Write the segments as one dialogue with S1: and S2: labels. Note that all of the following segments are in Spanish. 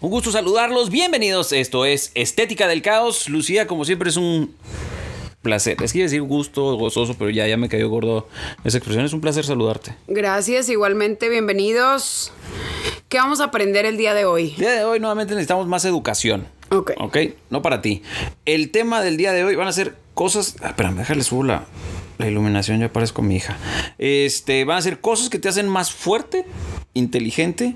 S1: Un gusto saludarlos, bienvenidos. Esto es Estética del Caos. Lucía, como siempre, es un placer. Es que iba a decir gusto, gozoso, pero ya, ya me cayó gordo esa expresión. Es un placer saludarte.
S2: Gracias, igualmente, bienvenidos. ¿Qué vamos a aprender el día de hoy?
S1: El día de hoy nuevamente necesitamos más educación.
S2: Ok.
S1: Ok, no para ti. El tema del día de hoy van a ser cosas. Ah, espérame, déjale subo la, la iluminación, ya parezco mi hija. Este, van a ser cosas que te hacen más fuerte, inteligente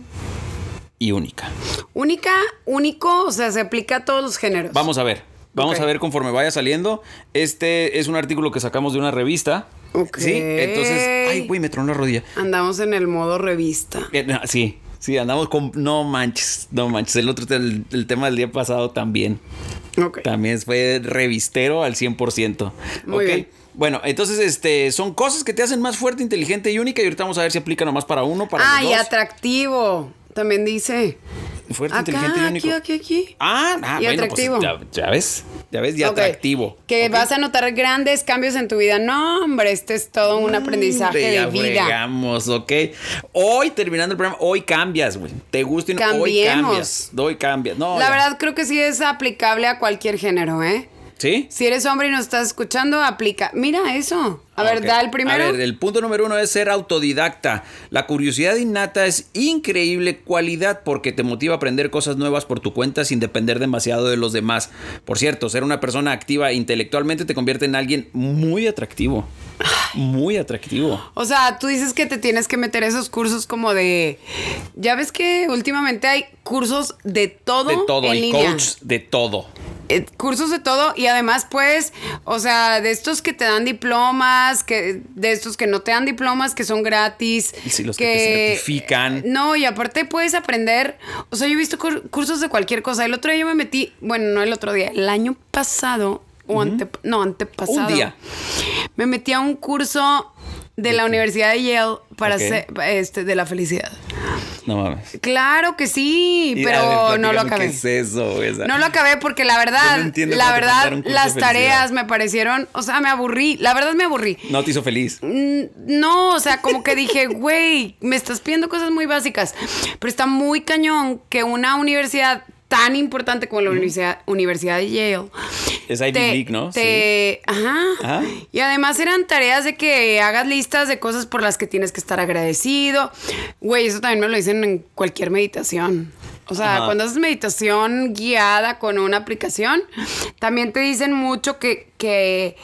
S1: y única.
S2: Única, único, o sea, se aplica a todos los géneros.
S1: Vamos a ver. Vamos
S2: Ok.
S1: a ver conforme vaya saliendo. Este es un artículo que sacamos de una revista.
S2: Ok.
S1: Sí, entonces. Ay, güey, me tronó la rodilla.
S2: Andamos en el modo revista.
S1: Eh, no, sí, sí, andamos con. No manches, no manches. El otro, el, el tema del día pasado también.
S2: Ok.
S1: También fue revistero al 100%. Ok.
S2: Muy bien.
S1: Bueno, entonces este, son cosas que te hacen más fuerte, inteligente y única. Y ahorita vamos a ver si aplica nomás para uno, para
S2: ah,
S1: los
S2: y
S1: dos.
S2: atractivo. También dice.
S1: Fuerte,
S2: Acá,
S1: inteligente y único.
S2: aquí, aquí, aquí.
S1: Ah, ah,
S2: Y
S1: bueno,
S2: atractivo.
S1: pues, ya, ya ves, ya ves, y
S2: Ok.
S1: atractivo.
S2: Que
S1: Ok.
S2: vas a notar grandes cambios en tu vida. No, hombre, este es todo un aprendizaje
S1: Hombre,
S2: de
S1: Mm, ya
S2: vida.
S1: fregamos, ok. Hoy terminando el programa, hoy cambias, güey. Te gusta y no, hoy
S2: Cambiemos.
S1: cambias. Hoy cambias. No,
S2: La
S1: ya.
S2: verdad creo que sí es aplicable a cualquier género, ¿eh?
S1: ¿Sí?
S2: Si eres hombre y nos estás escuchando, aplica. Mira eso. A ver,
S1: Ok.
S2: da el primero.
S1: A ver, el punto número uno es ser autodidacta. La curiosidad innata es increíble cualidad porque te motiva a aprender cosas nuevas por tu cuenta sin depender demasiado de los demás. Por cierto, ser una persona activa intelectualmente te convierte en alguien muy atractivo. Muy atractivo.
S2: O sea, tú dices que te tienes que meter a esos cursos como de. Ya ves que últimamente hay cursos de todo.
S1: De todo,
S2: en
S1: hay
S2: línea.
S1: coach de todo.
S2: Eh, cursos de todo y además, pues, o sea, de estos que te dan diplomas, que de estos que no te dan diplomas, que son gratis. eh,
S1: Y si los que te certifican.
S2: No, y aparte puedes aprender. O sea, yo he visto cur- cursos de cualquier cosa. El otro día yo me metí, bueno, no el otro día, el año pasado. O ante, no,
S1: Un
S2: antepasado.
S1: día.
S2: Me metí a un curso de la Universidad de Yale para
S1: Ok.
S2: ser- este, de la felicidad.
S1: No mames.
S2: Claro que sí,
S1: Y, a
S2: pero
S1: ver,
S2: no lo
S1: platícame,
S2: acabé.
S1: ¿Qué es eso? güey? O sea,
S2: No lo acabé porque la verdad,
S1: Yo no entiendo
S2: la
S1: cómo te
S2: verdad,
S1: mandaron curso de
S2: las
S1: felicidad.
S2: tareas me parecieron, o sea, me aburrí, la verdad me aburrí.
S1: No te hizo feliz.
S2: Mm, No, o sea, como que dije, güey, me estás pidiendo cosas muy básicas, pero está muy cañón que una universidad tan importante como la universidad, universidad de Yale.
S1: Es Ivy
S2: te-
S1: League, ¿no?
S2: te- ajá.
S1: Ajá.
S2: Y además eran tareas de que hagas listas de cosas por las que tienes que estar agradecido. Güey, eso también me lo dicen en cualquier meditación. O sea,
S1: Ajá.
S2: cuando haces meditación guiada con una aplicación, también te dicen mucho que, que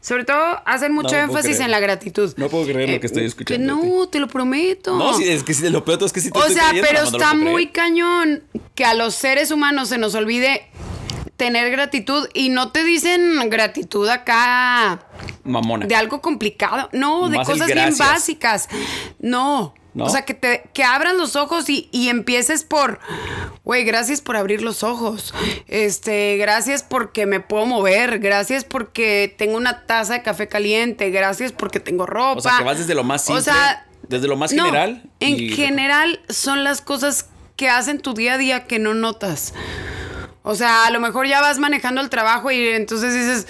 S2: sobre todo, hacen mucho
S1: No lo puedo
S2: énfasis
S1: creer.
S2: en la gratitud.
S1: No puedo creer lo que estoy escuchando
S2: Eh, que
S1: de
S2: no, te lo prometo.
S1: No, sí, es que sí, lo peor es que sí te
S2: o
S1: estoy
S2: sea,
S1: creyendo,
S2: pero
S1: no, no lo
S2: está
S1: puedo
S2: muy
S1: creer.
S2: cañón que a los seres humanos se nos olvide tener gratitud y no te dicen gratitud acá
S1: Mamona.
S2: de algo complicado, no, de
S1: Más el
S2: cosas bien
S1: gracias.
S2: básicas. No.
S1: ¿No?
S2: O sea, que, te, que abran los ojos y, y empieces por, güey, gracias por abrir los ojos. Este, gracias porque me puedo mover. Gracias porque tengo una taza de café caliente. Gracias porque tengo ropa.
S1: O sea, que vas desde lo más simple, desde lo más
S2: no,
S1: general
S2: En
S1: y-
S2: general son las cosas que hacen tu día a día que no notas. O sea, a lo mejor ya vas manejando el trabajo y entonces dices,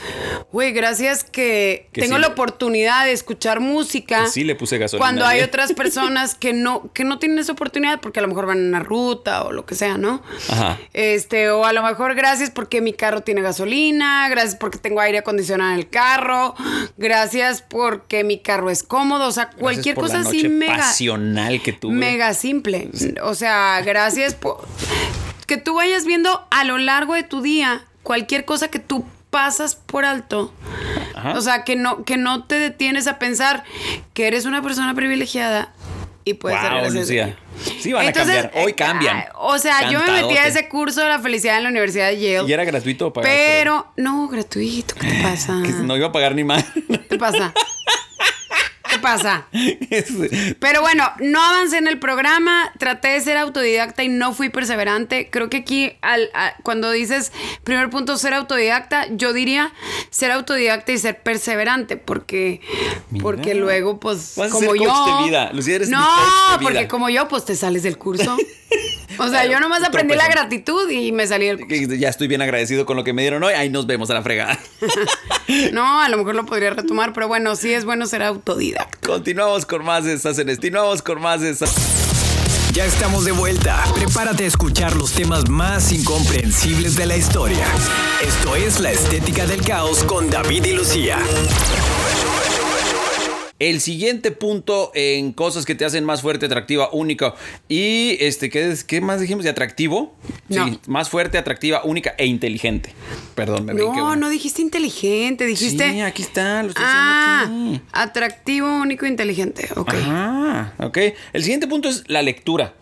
S2: güey, gracias que,
S1: Que
S2: tengo
S1: sí
S2: la
S1: le-
S2: oportunidad de escuchar música.
S1: Que sí le puse gasolina ¿eh?
S2: Cuando hay
S1: ayer.
S2: otras personas que no, que no tienen esa oportunidad porque a lo mejor van en una ruta o lo que sea, ¿no?
S1: Ajá.
S2: Este, o a lo mejor gracias porque mi carro tiene gasolina, gracias porque tengo aire acondicionado en el carro, gracias porque mi carro es cómodo, o sea, cualquier
S1: por la
S2: cosa así
S1: noche
S2: mega
S1: pasional que tuve.
S2: mega simple. O sea, gracias por que tú vayas viendo a lo largo de tu día cualquier cosa que tú pasas por alto.
S1: Ajá.
S2: O sea, que no que no te detienes a pensar que eres una persona privilegiada y puedes ser
S1: Wow,
S2: gracias a
S1: Lucía.
S2: ello.
S1: Sí van a cambiar. Hoy
S2: eh,
S1: cambian.
S2: O sea, yo me metí a
S1: Cantadote.
S2: ese curso de la felicidad en la Universidad de Yale.
S1: ¿Y era gratuito o pagaste?
S2: Pero no, gratuito, ¿qué te pasa?
S1: Que no iba a pagar ni más.
S2: ¿Qué te pasa? ¿Qué pasa? Pero bueno, no avancé en el programa, traté de ser autodidacta y no fui perseverante. Creo que aquí, al, a- cuando dices primer punto ser autodidacta, yo diría ser autodidacta y ser perseverante, porque, porque luego, pues,
S1: Vas a
S2: como
S1: ser
S2: yo.
S1: coach de vida, Lucía, eres mi
S2: no,
S1: coach de vida.
S2: porque como yo, pues te sales del curso. O sea, yo nomás
S1: otra
S2: aprendí la
S1: persona.
S2: gratitud y me salí del curso.
S1: Que Ya estoy bien agradecido con lo que me dieron hoy. Ahí nos vemos a la fregada.
S2: No, a lo mejor lo podría retomar, pero bueno, sí es bueno ser autodidacta.
S1: Continuamos con más de estas en Continuamos con más de estas.
S3: Ya estamos de vuelta. Prepárate a escuchar los temas más incomprensibles de la historia. Esto es La Estética del Caos con David y Lucía.
S1: El siguiente punto en cosas que te hacen más fuerte, atractiva, única y este, ¿qué, es- qué más dijimos? ¿De atractivo?
S2: No.
S1: Sí, más fuerte, atractiva, única e inteligente. Perdón, me brinqué
S2: No,
S1: una.
S2: no dijiste inteligente, dijiste.
S1: Sí, aquí está, lo Pues estoy
S2: Ah,
S1: diciendo aquí.
S2: atractivo, único, inteligente. Ok.
S1: Ah, ok. El siguiente punto es la lectura.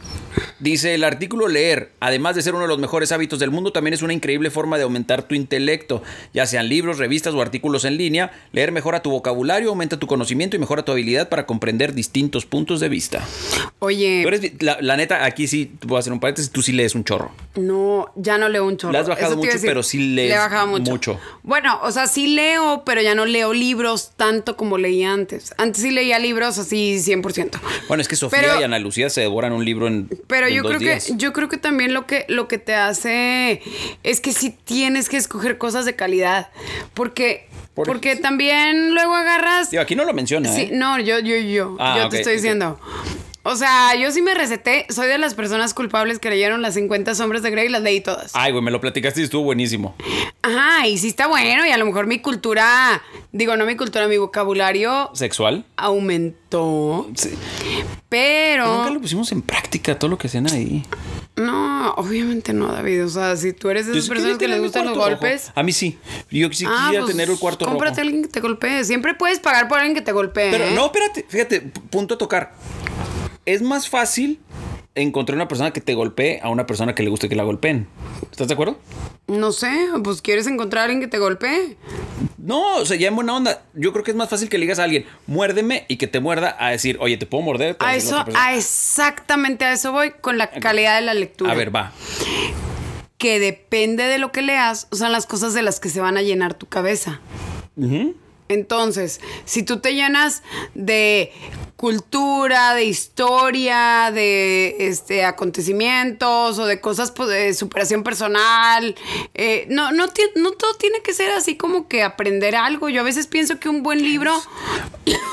S1: Dice el artículo leer, además de ser uno de los mejores hábitos del mundo, también es una increíble forma de aumentar tu intelecto, ya sean libros, revistas o artículos en línea. Leer mejora tu vocabulario, aumenta tu conocimiento y mejora tu habilidad para comprender distintos puntos de vista.
S2: Oye,
S1: Tú eres bi- la, la neta, aquí sí, voy a hacer un paréntesis, tú sí lees un chorro.
S2: no, ya no leo un chorro.
S1: Le has bajado
S2: Eso te iba a
S1: mucho,
S2: decir.
S1: pero sí lees
S2: Le he bajado mucho.
S1: mucho.
S2: Bueno, o sea, sí leo, pero ya no leo libros tanto como leía antes. Antes sí leía libros así 100%.
S1: Bueno, es que Sofía
S2: Pero-
S1: y Ana Lucía se devoran un libro en
S2: Pero
S1: en
S2: yo
S1: dos
S2: creo
S1: días.
S2: que yo creo que también lo que lo que te hace es que sí tienes que escoger cosas de calidad, porque
S1: Por-
S2: porque también luego agarras
S1: Digo, aquí no lo menciona,
S2: Sí,
S1: ¿eh?
S2: no, yo, yo, yo.
S1: Ah,
S2: yo
S1: ok,
S2: te estoy
S1: ok.
S2: diciendo. O sea, yo sí me receté. Soy de las personas culpables que leyeron las 50 sombras de Grey y las leí todas.
S1: Ay, güey, me lo platicaste y estuvo buenísimo.
S2: Ajá, y sí está bueno. Y a lo mejor mi cultura, digo, no mi cultura, mi vocabulario
S1: ¿Sexual?
S2: aumentó.
S1: Sí. Nunca lo
S2: Pero,
S1: pusimos en práctica todo lo que hacían ahí.
S2: no, obviamente no, David. O sea, si tú eres de esas
S1: Yo sí
S2: personas
S1: quería tener
S2: que les
S1: mi
S2: gustan los
S1: cuarto
S2: golpes.
S1: rojo. A mí sí. Yo sí
S2: ah,
S1: quisiera
S2: pues,
S1: tener el cuarto
S2: cómprate a
S1: rojo.
S2: alguien que te golpee. Siempre puedes pagar por alguien que te golpee.
S1: Pero
S2: ¿eh?
S1: no, espérate, fíjate, p- punto a tocar. Es más fácil encontrar una persona que te golpee a una persona que le guste que la golpeen. ¿Estás de acuerdo?
S2: No sé, pues quieres encontrar a alguien que te golpee.
S1: No, o sea, ya en buena onda. Yo creo que es más fácil que le digas a alguien, muérdeme y que te muerda a decir, oye, te puedo morder. Te va
S2: A
S1: decir la
S2: eso,
S1: otra persona.
S2: a exactamente a eso voy con la calidad de la lectura.
S1: a ver, va.
S2: Que depende de lo que leas, son las cosas de las que se van a llenar tu cabeza. Entonces, si tú te llenas de cultura, de historia, de este, acontecimientos o de cosas pues, de superación personal, eh, no, no, ti- no todo tiene que ser así como que aprender algo. Yo a veces pienso que un buen libro...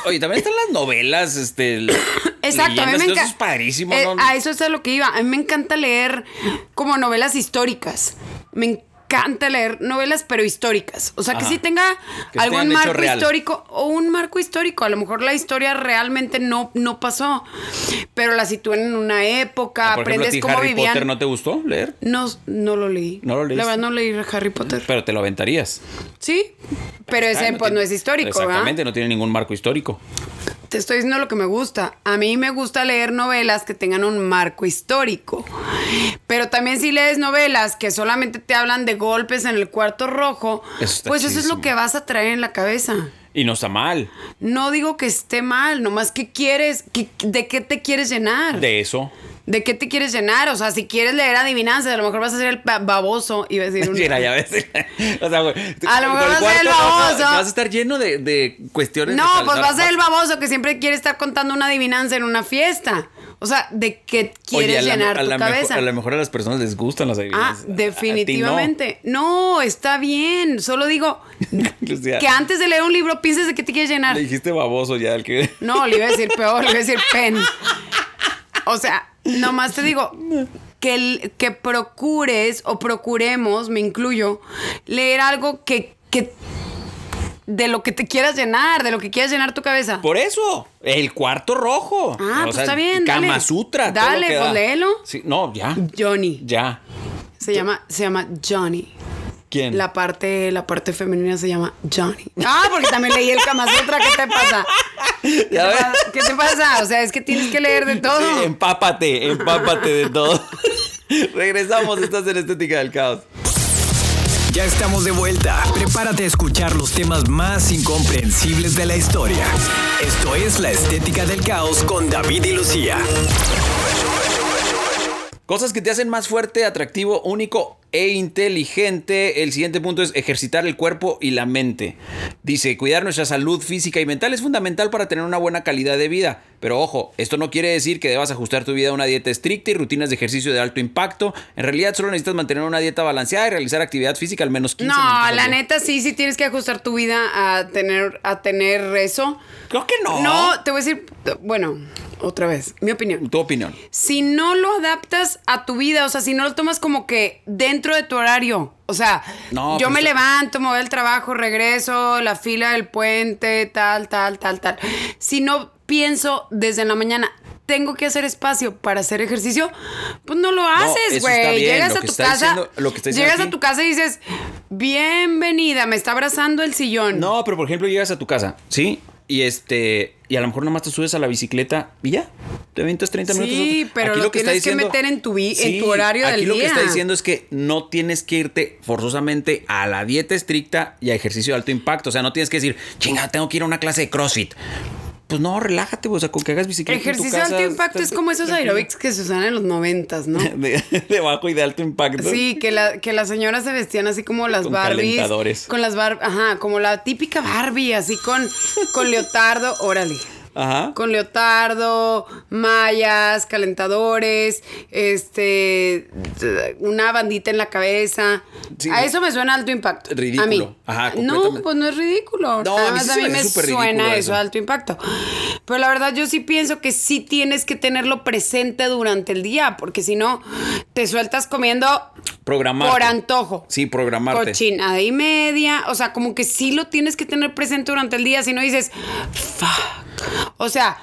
S1: Oye, también están las novelas, este. la-
S2: Exacto, a
S1: leyendas,
S2: mí me
S1: todo eso
S2: encanta.
S1: es padrísimo,
S2: Eh,
S1: ¿no?
S2: A eso es a lo que iba. A mí me encanta leer como novelas históricas. Me encanta leer novelas, pero históricas. O sea, que
S1: Ajá.
S2: sí tenga
S1: Que
S2: algún
S1: tengan hecho
S2: marco
S1: real.
S2: histórico o un marco histórico. A lo mejor la historia realmente no, no pasó, pero la sitúan en una época.
S1: Ah, Por ejemplo,
S2: aprendes
S1: a ti
S2: cómo
S1: Harry
S2: vivían.
S1: Potter no te gustó leer,
S2: no, no lo leí.
S1: No lo
S2: La
S1: leíste.
S2: verdad, no leí Harry Potter.
S1: pero te lo aventarías.
S2: sí, pero ese
S1: Ah,
S2: pues no
S1: tiene-
S2: es histórico, ¿verdad?
S1: Exactamente, no tiene ningún marco histórico.
S2: Te estoy diciendo lo que me gusta. A mí me gusta leer novelas que tengan un marco histórico. Pero también si lees novelas que solamente te hablan de golpes en el cuarto rojo,
S1: Eso está
S2: pues eso es lo
S1: chidísimo.
S2: que vas a traer en la cabeza.
S1: Y no está mal.
S2: No digo que esté mal, nomás que quieres, que- ¿de qué te quieres llenar?
S1: De eso.
S2: ¿De qué te quieres llenar? O sea, si quieres leer adivinanzas, a lo mejor vas a ser el ba- baboso y vas a decir un-
S1: Mira, ya ves. o sea, güey.
S2: A lo
S1: con
S2: mejor
S1: el
S2: vas a
S1: cuarto
S2: ser el
S1: Vas
S2: baboso.
S1: a, vas a estar lleno de, de cuestiones.
S2: No,
S1: de tal-
S2: pues
S1: tal-
S2: vas a ser el baboso que siempre quiere estar contando una adivinanza en una fiesta. O sea, ¿de qué
S1: Oye,
S2: quieres
S1: a la-
S2: llenar
S1: a
S2: tu
S1: la mejor-
S2: cabeza?
S1: a lo mejor a las personas les gustan las
S2: Ah,
S1: adivinanzas. A- a ti no.
S2: definitivamente. no. está bien. Solo digo
S1: Lucía,
S2: que antes de leer un libro pienses de qué te quieres llenar.
S1: Le dijiste baboso ya al que.
S2: No, le iba a decir peor, le iba a decir pen. O sea, nomás te digo que, el- que procures o procuremos, me incluyo, leer algo que, que de lo que te quieras llenar, de lo que quieras llenar tu cabeza.
S1: Por eso, el cuarto rojo.
S2: Ah,
S1: O
S2: pues
S1: sea,
S2: está bien, dale.
S1: Kama Sutra. todo
S2: Dale,
S1: lo que
S2: pues
S1: da.
S2: léelo.
S1: Sí, no, ya.
S2: Johnny.
S1: Ya.
S2: Se llama, se llama Johnny.
S1: ¿Quién?
S2: La parte, la parte femenina se llama Johnny. Ah, porque también leí el Kama Sutra. ¿Qué te pasa? ¿Qué te
S1: Ya ves.
S2: pasa? ¿Qué te pasa? O sea, es que tienes que leer de
S1: Sí,
S2: todo.
S1: empápate, empápate de todo. Regresamos, estás en Estética del Caos.
S3: Ya estamos de vuelta. Prepárate a escuchar los temas más incomprensibles de la historia. Esto es La Estética del Caos con David y Lucía.
S1: Cosas que te hacen más fuerte, atractivo, único e inteligente. El siguiente punto es ejercitar el cuerpo y la mente. Dice, cuidar nuestra salud física y mental es fundamental para tener una buena calidad de vida. Pero ojo, esto no quiere decir que debas ajustar tu vida a una dieta estricta y rutinas de ejercicio de alto impacto. En realidad solo necesitas mantener una dieta balanceada y realizar actividad física al menos 15
S2: No,
S1: minutos al
S2: la
S1: día.
S2: neta sí, sí tienes que ajustar tu vida a tener, a tener eso.
S1: Creo que no.
S2: No, te voy a decir, bueno, otra vez, mi opinión.
S1: Tu opinión.
S2: Si no lo adaptas a tu vida, o sea, si no lo tomas como que dentro de tu horario, o sea,
S1: No,
S2: yo
S1: pues-
S2: me levanto, me voy al trabajo, regreso, la fila del puente, tal, tal, tal, tal. Si no pienso desde la mañana, tengo que hacer espacio para hacer ejercicio, pues no lo haces,
S1: eso está
S2: güey.
S1: bien,
S2: Llegas
S1: lo
S2: a
S1: que
S2: tu
S1: está
S2: casa,
S1: diciendo- lo que está diciendo
S2: llegas a
S1: aquí.
S2: tu casa y dices, bienvenida, me está abrazando el sillón.
S1: No, pero por ejemplo, llegas a tu casa, ¿sí? Y este, y a lo mejor nomás te subes a la bicicleta y ya. Te aventas 30
S2: Sí,
S1: minutos.
S2: pero lo tienes que meter en tu vi- en tu horario
S1: aquí
S2: del
S1: lo que
S2: día.
S1: está diciendo es que no tienes que irte forzosamente a la dieta estricta y a ejercicio de alto impacto. O sea, no tienes que decir, chinga, tengo que ir a una clase de CrossFit. Pues no, relájate, güey, o sea, con que hagas bicicleta. en tu
S2: Ejercicio de
S1: casa,
S2: alto impacto es
S1: estás
S2: como esos
S1: tranquilo.
S2: aerobics que se usan en los noventas, ¿no?
S1: De, de bajo y de alto impacto.
S2: Sí, que, la, que las señoras se vestían así como las
S1: Con
S2: Barbies.
S1: calentadores.
S2: Con las Bar ajá, como la típica Barbie, así con, con leotardo, órale.
S1: Ajá.
S2: Con leotardo, mallas, calentadores, este, una bandita en la cabeza.
S1: Sí.
S2: a eso me suena alto impacto.
S1: Ridículo.
S2: A mí.
S1: Ajá,
S2: no,
S1: completamente.
S2: pues no es ridículo.
S1: No, a
S2: Nada
S1: mí
S2: más
S1: sí
S2: a
S1: se
S2: mí
S1: me
S2: me
S1: hace súper ridículo
S2: suena
S1: eso.
S2: eso de alto impacto. Pero la verdad yo sí pienso que sí tienes que tenerlo presente durante el día, porque si no, te sueltas comiendo
S1: Programarte.
S2: por antojo.
S1: Sí, programarte.
S2: Cochinada y media. O sea, como que sí lo tienes que tener presente durante el día. Si no dices, fuck. O sea,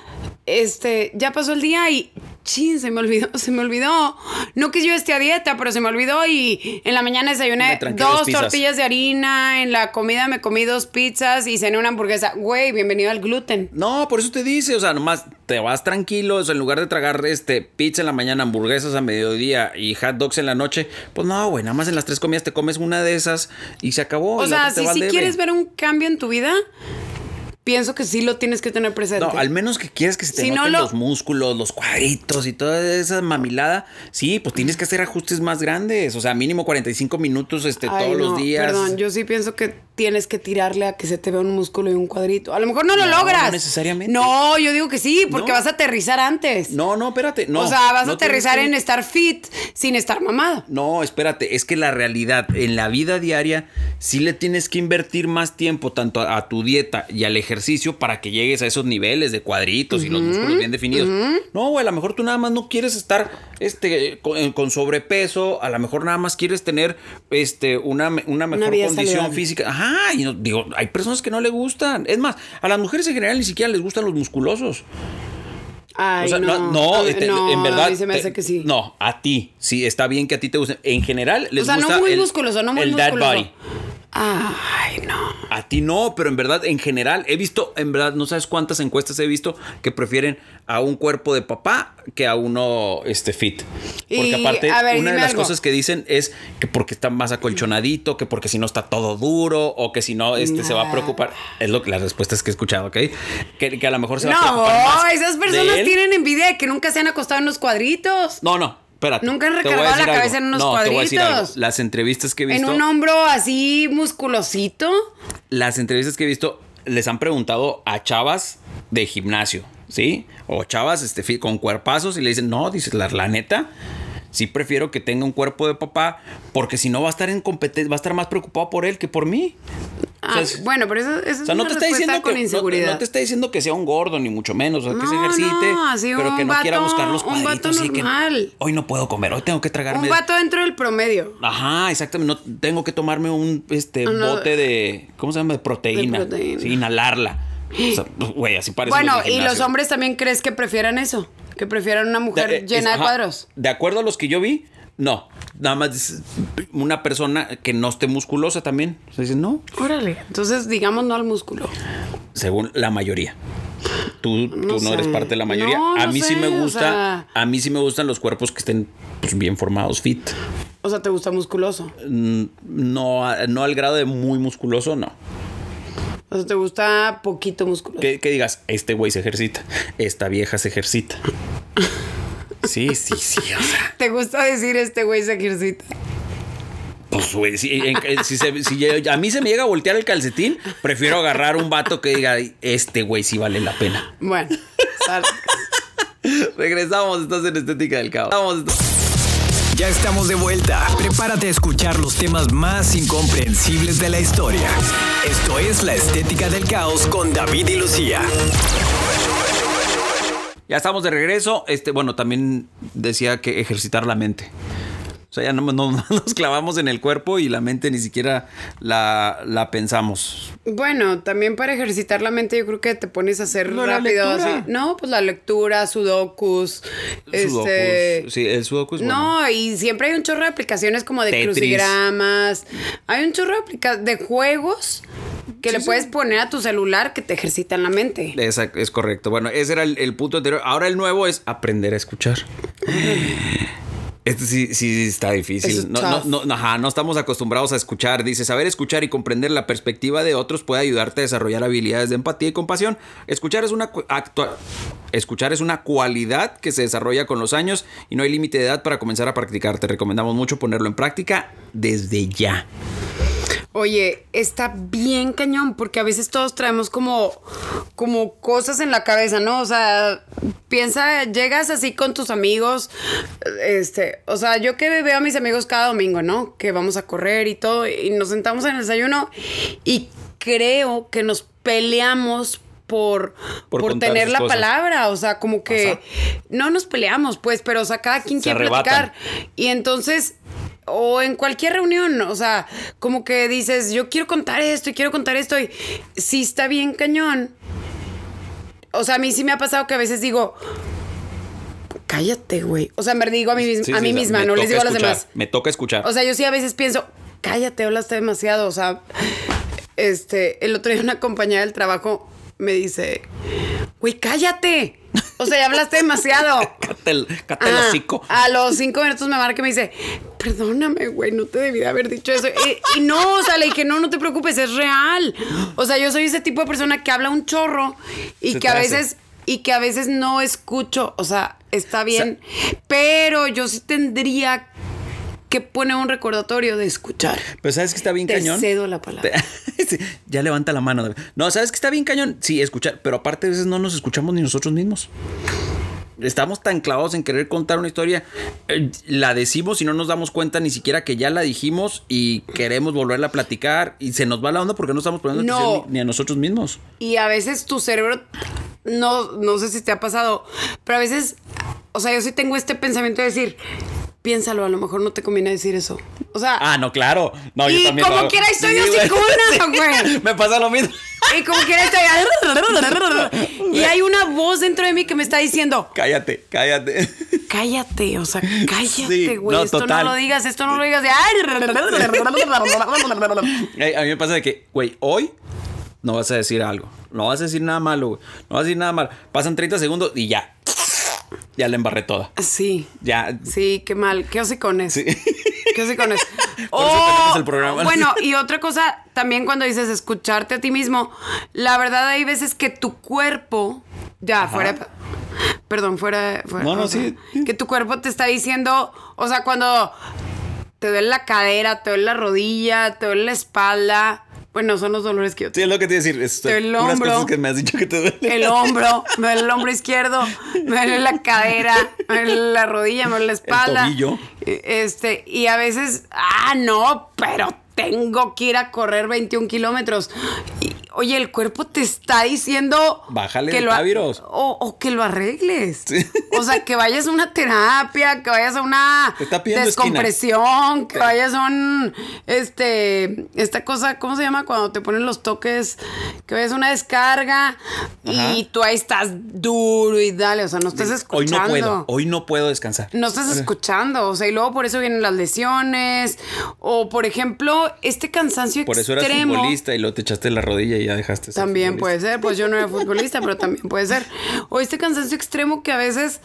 S2: este, ya pasó el día y. Chin, se me olvidó, se me olvidó. No que yo esté a dieta, pero se me olvidó y en la
S1: Me
S2: mañana desayuné
S1: tranqué dos
S2: dos
S1: pizzas.
S2: tortillas de harina, en la comida me comí dos pizzas y cené una hamburguesa. Güey, bienvenido al gluten.
S1: No, por eso te dice, o sea, nomás te vas tranquilo, o sea, en lugar de tragar este pizza en la mañana, hamburguesas a mediodía y hot dogs en la noche, pues no, güey, nada más en las tres comidas te comes una de esas y se acabó.
S2: O
S1: y la
S2: sea,
S1: otra te
S2: si,
S1: va al
S2: si
S1: debe.
S2: quieres ver un cambio en tu vida, pienso que sí lo tienes que tener presente.
S1: No, al menos que quieres que se te
S2: Si no
S1: noten
S2: lo-
S1: los músculos, los cuadritos y toda esa mamilada, sí, pues tienes que hacer ajustes más grandes, o sea, mínimo 45 minutos este,
S2: Ay,
S1: todos
S2: no,
S1: los días.
S2: Perdón, yo sí pienso que tienes que tirarle a que se te vea un músculo y un cuadrito. A lo mejor no lo
S1: No,
S2: logras.
S1: no necesariamente.
S2: No, yo digo que sí, porque
S1: No.
S2: vas a aterrizar antes.
S1: No, no, espérate, no.
S2: o sea, vas
S1: no
S2: a aterrizar
S1: tienes
S2: en
S1: que-
S2: estar fit sin estar mamado.
S1: No, espérate, es que la realidad en la vida diaria sí le tienes que invertir más tiempo tanto a, a tu dieta y al ejercicio para que llegues a esos niveles de cuadritos y los músculos bien definidos. No, güey, a lo mejor tú nada más no quieres estar este, con, eh, con sobrepeso, a lo mejor nada más quieres tener este, una, me- una mejor
S2: vida
S1: condición
S2: saludable.
S1: física. Ajá, y no- digo, hay personas que no le gustan. Es más, a las mujeres en general ni siquiera les gustan los musculosos.
S2: Ay,
S1: O sea,
S2: no.
S1: no, no,
S2: Ay,
S1: este,
S2: no,
S1: en verdad.
S2: A mí se me
S1: te-
S2: hace que sí.
S1: No, a ti. Sí, está bien que a ti te guste. En general, les
S2: o sea,
S1: gusta
S2: no muy
S1: el,
S2: musculoso, no muy
S1: el dad
S2: musculoso.
S1: body.
S2: Ay, no.
S1: A ti no, pero en verdad, en general, he visto, en verdad, no sabes cuántas encuestas he visto que prefieren a un cuerpo de papá que a uno este, fit. Porque
S2: Y,
S1: aparte,
S2: a ver,
S1: una de
S2: dime
S1: las
S2: algo.
S1: cosas que dicen es que porque está más acolchonadito, que porque si no está todo duro, o que si no este, se va a
S2: Nah.
S1: preocupar. Es lo que las respuestas que he escuchado, ¿ok? Que, que a lo mejor se va a preocupar
S2: No,
S1: más
S2: esas
S1: de
S2: personas
S1: él.
S2: tienen envidia de que nunca se han acostado en los cuadritos.
S1: No, no, espérate.
S2: Nunca han
S1: Te voy a
S2: recargado la
S1: decir
S2: cabeza en unos
S1: No, te voy a decir
S2: cuadritos.
S1: algo. Las entrevistas que he
S2: En
S1: visto,
S2: un hombro así musculosito.
S1: las entrevistas que he visto, les han preguntado a chavas de gimnasio, ¿sí? O chavas este, fi- con cuerpazos y le dicen, no, dices, la, la neta. Sí prefiero que tenga un cuerpo de papá, porque si no va a estar en competen- va a estar más preocupado por él que por mí.
S2: Ah,
S1: sea,
S2: bueno, pero eso, eso
S1: O sea,
S2: es
S1: no
S2: una
S1: te está
S2: respuesta
S1: diciendo que
S2: con
S1: no-
S2: inseguridad.
S1: No, te está diciendo que sea un gordo ni mucho menos, o sea, que se
S2: No,
S1: ejercite,
S2: no, así
S1: pero que
S2: un
S1: no quiera
S2: vato-
S1: buscar los
S2: un vato
S1: cuadritos y que
S2: normal.
S1: hoy no puedo comer, hoy tengo que tragarme
S2: Un vato dentro del promedio.
S1: Ajá, exactamente. No tengo que tomarme un este
S2: Ah, no.
S1: bote de. ¿Cómo se llama? De proteína.
S2: De proteína.
S1: Sí, inhalarla. O sea, pues, güey, así parece.
S2: Bueno, y los hombres también crees que prefieran eso, que prefieran una mujer
S1: Eh,
S2: llena de cuadros.
S1: De acuerdo a los que yo vi, no. Nada más es una persona que no esté musculosa también. Se dice, no.
S2: Órale. Entonces, digamos no al músculo.
S1: Según la mayoría. tú, tú no,
S2: sé.
S1: eres parte de la mayoría.
S2: No,
S1: a
S2: no
S1: mí sí
S2: sé,
S1: me
S2: o
S1: gusta,
S2: sea.
S1: a mí sí me gustan los cuerpos que estén pues, bien formados, fit.
S2: O sea, te gusta musculoso.
S1: Mm, No, a- no al grado de muy musculoso, no.
S2: O sea, te gusta poquito musculoso.
S1: Que, que digas, este güey se ejercita, esta vieja se ejercita. Sí, sí, sí, o sea,
S2: Te gusta decir este güey se ejercita.
S1: pues güey, si, en- en- si se- si ya- a mí se me llega a voltear el calcetín, prefiero agarrar un vato que diga, este güey sí vale la pena.
S2: Bueno, sal-
S1: Regresamos, estás en Estética del Caos. Vamos,
S3: Ya estamos de vuelta. Prepárate a escuchar los temas más incomprensibles de la historia. Esto es La Estética del Caos con David y Lucía.
S1: Ya estamos de regreso. Este, bueno, también decía que ejercitar la mente. O sea, ya no, no- no nos clavamos en el cuerpo y la mente ni siquiera la, la pensamos.
S2: bueno, también para ejercitar la mente, yo creo que te pones a hacer
S1: No, la
S2: rápido
S1: lectura.
S2: así. No, pues la lectura, sudokus.
S1: Sudokus.
S2: Este.
S1: Sí, el sudoku es pues, bueno.
S2: No, y siempre hay un chorro de aplicaciones como de
S1: Tetris.
S2: crucigramas. Hay un chorro de, aplica- de juegos que le puedes poner a tu celular que te ejercitan la mente.
S1: Esa- es correcto. Bueno, ese era el, el punto anterior. Ahora el nuevo es aprender a escuchar. Este sí, sí está
S2: Mm. Eso
S1: difícil.
S2: es
S1: No, no,
S2: tough.
S1: no, no, ajá, no estamos acostumbrados a escuchar. Dice, saber escuchar y comprender la perspectiva de otros puede ayudarte a desarrollar habilidades de empatía y compasión. Escuchar es una cu- actua- Escuchar es una cualidad que se desarrolla con los años y no hay límite de edad para comenzar a practicar. Te recomendamos mucho ponerlo en práctica desde ya.
S2: Oye, está bien cañón porque a veces todos traemos como, como cosas en la cabeza, ¿no? O sea, piensa, llegas así con tus amigos, este, o sea, yo que veo a mis amigos cada domingo, ¿no? Que vamos a correr y todo, y nos sentamos en el desayuno y creo que nos peleamos por,
S1: Por
S2: por,
S1: contar
S2: tener
S1: sus
S2: la
S1: cosas.
S2: palabra, o sea, como que
S1: Pasa.
S2: no nos peleamos, pues, pero o sea, cada quien
S1: Se
S2: quiere
S1: arrebatan.
S2: platicar. Y entonces, o en cualquier reunión, o sea, como que dices, yo quiero contar esto y quiero contar esto, y sí está bien cañón. O sea, a mí sí me ha pasado que a veces digo, cállate, güey. O sea, me digo a mí, mis-
S1: Sí,
S2: a
S1: sí,
S2: mí
S1: o sea,
S2: misma,
S1: me
S2: no les
S1: toca
S2: digo a los
S1: escuchar,
S2: demás.
S1: Me toca escuchar.
S2: O sea, yo sí a veces pienso, cállate, hablaste demasiado. O sea, este, el otro día una compañera del trabajo me dice, güey, cállate. O sea, ya hablaste demasiado.
S1: Cate el- cate el
S2: Ah,
S1: hocico.
S2: A los cinco minutos me marca y me dice, perdóname, güey, no te debí de haber dicho eso. Y, y no, o sea, le dije, no, no te preocupes, es real. O sea, yo soy ese tipo de persona que habla un chorro y
S1: Se
S2: que a
S1: te hace.
S2: veces y que a veces no escucho. O sea, está bien, pero yo sí tendría que poner un recordatorio de escuchar.
S1: Pero sabes que está bien
S2: Te
S1: cañón.
S2: cedo la palabra.
S1: Te- Sí, ya levanta la mano. David. No, sabes que está bien cañón. Sí, escuchar, pero aparte a veces no nos escuchamos ni nosotros mismos. Estamos tan clavados en querer contar una historia, eh, la decimos y no nos damos cuenta ni siquiera que ya la dijimos y queremos volverla a platicar y se nos va la onda porque no estamos poniendo
S2: No.
S1: atención ni, ni a nosotros mismos.
S2: Y a veces tu cerebro, no, no sé si te ha pasado, pero a veces, o sea, yo sí tengo este pensamiento de decir, piénsalo, a lo mejor no te conviene decir eso. O sea,
S1: Ah, no, claro. No, yo
S2: y
S1: también. lo
S2: como
S1: hago.
S2: quiera estoy
S1: Sí, güey.
S2: hocicona, güey.
S1: Me pasa lo mismo.
S2: Y como quiera estoy. Y hay una voz dentro de mí que me está diciendo,
S1: Cállate, cállate.
S2: cállate, o sea,
S1: Sí,
S2: cállate, güey.
S1: no,
S2: esto
S1: total.
S2: no lo digas, esto no lo digas. De, ay.
S1: Ey, A mí me pasa de que, güey, hoy no vas a decir algo. No vas a decir nada malo, güey. No vas a decir nada malo. Pasan 30 segundos y ya. Ya la embarré toda.
S2: Sí.
S1: Ya.
S2: Sí, qué mal. ¿Qué hocicones? ¿Qué hocicones? Oh,
S1: Por eso tenemos el programa.
S2: Bueno, y otra cosa, también cuando dices escucharte a ti mismo, la verdad hay veces que tu cuerpo, ya, fuera... Perdón, fuera, fuera-
S1: No, no,
S2: o sea,
S1: sí.
S2: Que tu cuerpo te está diciendo, o sea, cuando te duele la cadera, te duele la rodilla, te duele la espalda. Bueno, son los dolores que yo
S1: Sí, es lo que te iba a decir. Es
S2: El
S1: unas
S2: hombro.
S1: cosas que me has dicho que te duele.
S2: el hombro, me duele el hombro izquierdo, me duele la cadera, me duele la rodilla, me duele la espalda.
S1: tobillo.
S2: Eh, Este, y a veces, ah, no, pero tengo que ir a correr 21 kilómetros. Y, Oye, el cuerpo te está diciendo
S1: Bájale de
S2: lo a-
S1: paviros.
S2: o, o que lo arregles. O sea, que vayas a una terapia, que vayas a una
S1: Te está pidiendo esquina.
S2: descompresión, que vayas a un este esta cosa, ¿cómo se llama? Cuando te ponen los toques, que vayas a una descarga y
S1: Ajá.
S2: tú ahí estás duro y dale, o sea, no estás
S1: Hoy
S2: escuchando.
S1: no puedo. Hoy no puedo descansar.
S2: No estás escuchando, o sea, y luego por eso vienen las lesiones, o por ejemplo, este cansancio
S1: Por eso
S2: extremo.
S1: eras futbolista y lo te echaste la rodilla y y ya dejaste. de ser
S2: También puede
S1: futbolista.
S2: ser, pues yo no era futbolista, pero también puede ser. O este cansancio extremo que a veces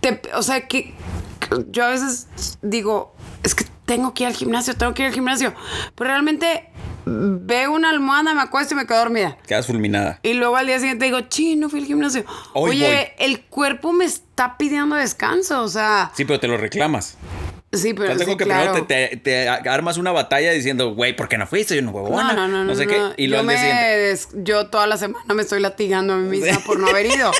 S2: te, o sea, que que yo a veces digo, es que tengo que ir al gimnasio, tengo que ir al gimnasio, pero realmente veo una almohada, me acuesto y me quedo dormida.
S1: Quedas fulminada.
S2: Y luego al día siguiente digo, "Chi, no fui al gimnasio."
S1: Hoy
S2: Oye,
S1: voy.
S2: el cuerpo me está pidiendo descanso, o sea,
S1: Sí, pero te lo reclamas.
S2: sí,
S1: O
S2: pero
S1: sea, tengo
S2: sí,
S1: que
S2: claro.
S1: primero te, te- te armas una batalla diciendo, güey, ¿por qué no fuiste? Yo no huevona.
S2: No, no, no, no.
S1: sé
S2: no,
S1: qué.
S2: no.
S1: Y luego
S2: yo,
S1: al día
S2: me
S1: siguiente.
S2: des- yo toda la semana me estoy latigando a mí misma por no haber ido.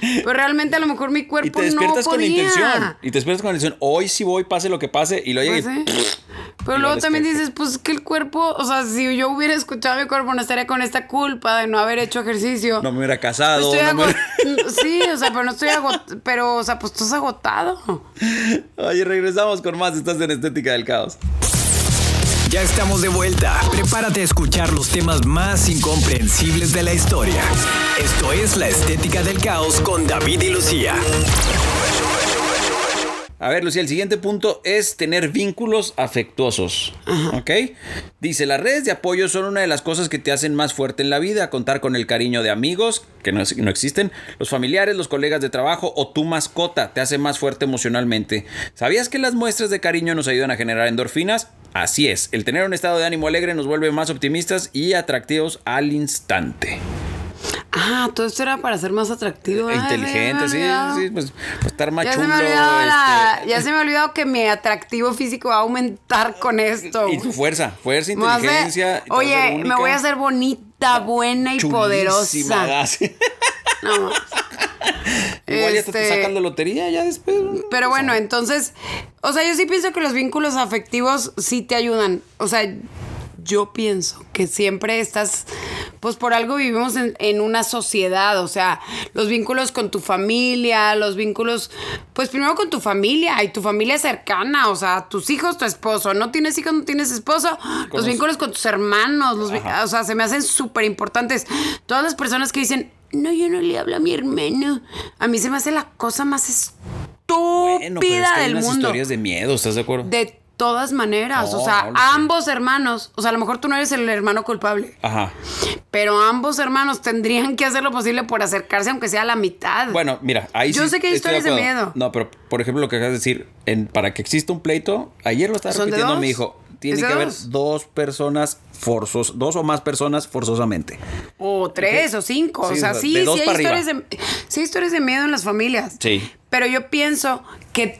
S2: Pero realmente a lo mejor mi cuerpo
S1: Y te despiertas
S2: no
S1: con la
S2: podía.
S1: intención. Y te despiertas con la intención. Hoy sí voy, pase lo que pase. Y lo
S2: Pues,
S1: llegué.
S2: ¿eh? Pero
S1: Y
S2: luego
S1: lo
S2: también
S1: despierto.
S2: dices, pues que el cuerpo, o sea, si yo hubiera escuchado a mi cuerpo, no estaría con esta culpa de no haber hecho ejercicio. Pues
S1: No me hubiera casado.
S2: Estoy
S1: no me
S2: agot-
S1: hubiera-
S2: Sí, o sea, pero no estoy agotado. Pero, o sea, pues estás agotado.
S1: Oye, regresamos con más. Estás en Estética del Caos.
S3: Ya estamos de vuelta. Prepárate a escuchar los temas más incomprensibles de la historia. Esto es La Estética del Caos con David y Lucía.
S1: A ver, Lucía, el siguiente punto es tener vínculos afectuosos. ¿Ok? Dice, las redes de apoyo son una de las cosas que te hacen más fuerte en la vida. Contar con el cariño de amigos, que no, es- no existen, los familiares, los colegas de trabajo o tu mascota te hace más fuerte emocionalmente. ¿Sabías que las muestras de cariño nos ayudan a generar endorfinas? Así es, el tener un estado de ánimo alegre nos vuelve más optimistas y atractivos al instante.
S2: Ah, todo esto era para ser más atractivo.
S1: E
S2: Ay, ya me
S1: Inteligente,
S2: había
S1: sí,
S2: olvidado.
S1: sí, pues, pues, estar más
S2: Ya
S1: chulo.
S2: se, me ha olvidado la-
S1: este,
S2: ya se me ha olvidado que mi atractivo físico va a aumentar con esto.
S1: Y tu fuerza, fuerza,
S2: Me voy a hacer-
S1: inteligencia. te vas a hacer
S2: oye, me
S1: única,
S2: voy a hacer bonita, buena y
S1: chulísima,
S2: poderosa.
S1: das.
S2: No, no.
S1: Igual ya te estás
S2: Este,
S1: sacando lotería ya después.
S2: Pero bueno, entonces, o sea, yo sí pienso que los vínculos afectivos sí te ayudan. O sea, yo pienso que siempre estás, pues por algo vivimos en, en una sociedad, o sea, los vínculos con tu familia, los vínculos, pues primero con tu familia y tu familia cercana, o sea, tus hijos, tu esposo, no tienes hijos, no tienes esposo, los vínculos con tus hermanos, los vi- o sea, se me hacen súper importantes. Todas las personas que dicen, no, yo no le hablo a mi hermano, a mí se me hace la cosa más estúpida
S1: Bueno, pero es que hay
S2: del
S1: unas
S2: mundo.
S1: historias de miedo, ¿estás de acuerdo?
S2: De todas maneras,
S1: No,
S2: o sea,
S1: no lo sé.
S2: ambos hermanos, o sea, a lo mejor tú no eres el hermano culpable,
S1: Ajá.
S2: pero ambos hermanos tendrían que hacer lo posible por acercarse, aunque sea a la mitad.
S1: Bueno, mira, ahí
S2: Yo
S1: sí
S2: sé que hay
S1: estoy
S2: historias de
S1: acuerdo.
S2: miedo.
S1: No, pero por ejemplo, lo que acabas de decir, en- para que exista un pleito, ayer lo estaba
S2: ¿Son de
S1: repitiendo
S2: dos?
S1: mi hijo. Tiene
S2: ¿Es
S1: que
S2: de
S1: haber
S2: dos?
S1: dos personas forzos, dos o más personas forzosamente.
S2: O tres o cinco.
S1: Sí,
S2: o sea,
S1: o sea,
S2: sí,
S1: de dos
S2: sí hay,
S1: para arriba.
S2: historias de, sí hay historias de miedo en las familias.
S1: Sí.
S2: Pero yo pienso que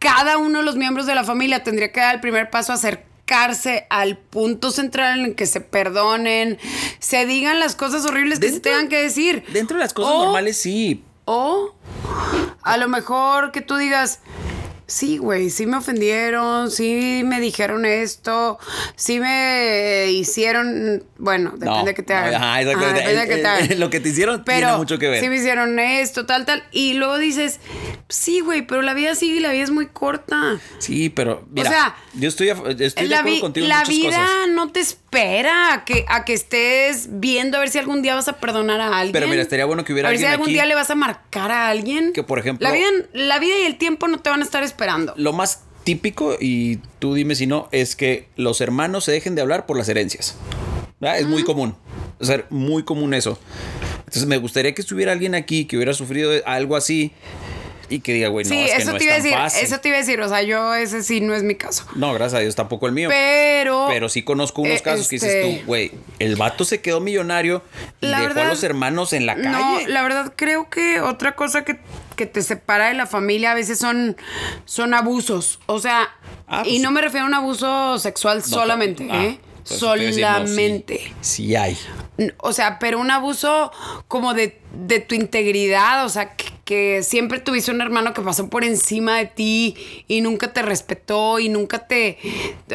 S2: cada uno de los miembros de la familia tendría que dar el primer paso a acercarse al punto central en el que se perdonen, se digan las cosas horribles que se
S1: Dentro-
S2: tengan que decir.
S1: Dentro de las cosas
S2: O-
S1: normales, sí.
S2: O a lo mejor que tú digas, sí, güey, sí me ofendieron, sí me dijeron esto, sí me hicieron, bueno, depende
S1: No,
S2: de que te
S1: no,
S2: hagan.
S1: ajá, exactamente.
S2: depende de que te hagan.
S1: Lo que te hicieron
S2: Pero
S1: tiene mucho que ver.
S2: Sí me hicieron esto, tal, tal. Y luego dices, sí, güey, pero la vida sigue y la vida es muy corta.
S1: Sí, pero mira,
S2: sea,
S1: yo estoy, a- estoy de
S2: la
S1: acuerdo
S2: vi-
S1: contigo en
S2: la
S1: muchas
S2: vida
S1: cosas.
S2: no te espera a que, a que estés viendo a ver si algún día vas a perdonar a alguien.
S1: Pero mira, estaría bueno que hubiera
S2: A ver si
S1: alguien
S2: algún
S1: aquí-
S2: día le vas a marcar a alguien.
S1: Que, por ejemplo-
S2: La vida, la vida y el tiempo no te van a estar esperando.
S1: Lo más típico, y tú dime si no, es que los hermanos se dejen de hablar por las herencias. ¿Verdad? Es muy común. O sea, muy común eso. Entonces me gustaría que estuviera alguien aquí que hubiera sufrido algo así y que diga, güey, no,
S2: sí,
S1: es que
S2: eso
S1: no
S2: te
S1: es
S2: iba a
S1: tan
S2: decir,
S1: fácil.
S2: eso te iba a decir, o sea, yo ese sí no es mi caso.
S1: No, gracias a Dios, tampoco el mío.
S2: Pero,
S1: Pero sí conozco unos
S2: Eh,
S1: casos que dices
S2: este-
S1: tú, güey, el vato se quedó millonario y
S2: La
S1: dejó a
S2: verdad-
S1: los hermanos en la calle.
S2: No, la verdad creo que otra cosa que, que te separa de la familia a veces son, son abusos. O sea,
S1: Ah,
S2: y
S1: pues
S2: no
S1: sí.
S2: me refiero a un abuso sexual
S1: No,
S2: solamente,
S1: ah,
S2: ¿eh?
S1: entonces te iba a decir, no, sí,
S2: Solamente.
S1: sí hay.
S2: N- O sea, pero un abuso como de, de tu integridad, o sea, que, que siempre tuviste un hermano que pasó por encima de ti y nunca te respetó y nunca te,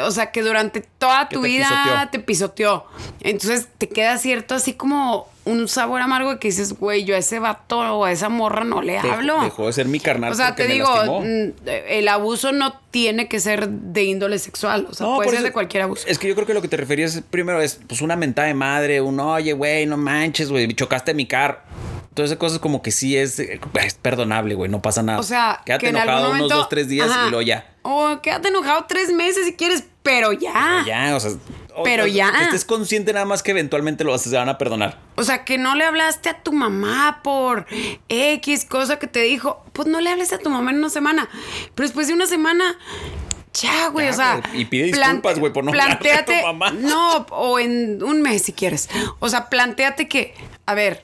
S2: o sea, que durante toda
S1: Que
S2: tu
S1: te
S2: vida
S1: pisoteó.
S2: te pisoteó. Entonces te queda cierto así como un sabor amargo de que dices, güey, yo a ese vato o a esa morra no le
S1: Dejó-
S2: hablo.
S1: Dejó de ser mi carnal.
S2: O sea,
S1: porque
S2: te
S1: me
S2: digo,
S1: lastimó.
S2: mm, el abuso no tiene que ser de índole sexual, o sea,
S1: por
S2: puede ser
S1: eso-
S2: de cualquier abuso.
S1: Es que yo creo que lo que te referías primero es pues una mentada de madre, un oye, güey, no manches, güey, chocaste mi car. Todas esas cosas como que sí es, eh, es perdonable, güey, no pasa nada.
S2: O sea,
S1: Ah, quédate
S2: que en
S1: enojado
S2: algún momento-
S1: unos dos, tres días
S2: ajá.
S1: y luego ya.
S2: O quédate enojado tres meses si quieres, pero ya.
S1: Ya, o sea, o-
S2: Ah. Pero
S1: o-
S2: ya.
S1: Que estés consciente nada más que eventualmente lo vas, se van a perdonar.
S2: O sea, que no le hablaste a tu mamá por X cosa que te dijo. Pues no le hables a tu mamá en una semana. Pero después de una semana, ya, güey.
S1: Ya,
S2: o sea.
S1: güey, y pide disculpas, güey, por no hablarle a tu
S2: plantéate-
S1: mamá.
S2: No, o en un mes si quieres. O sea, planteate que, a ver,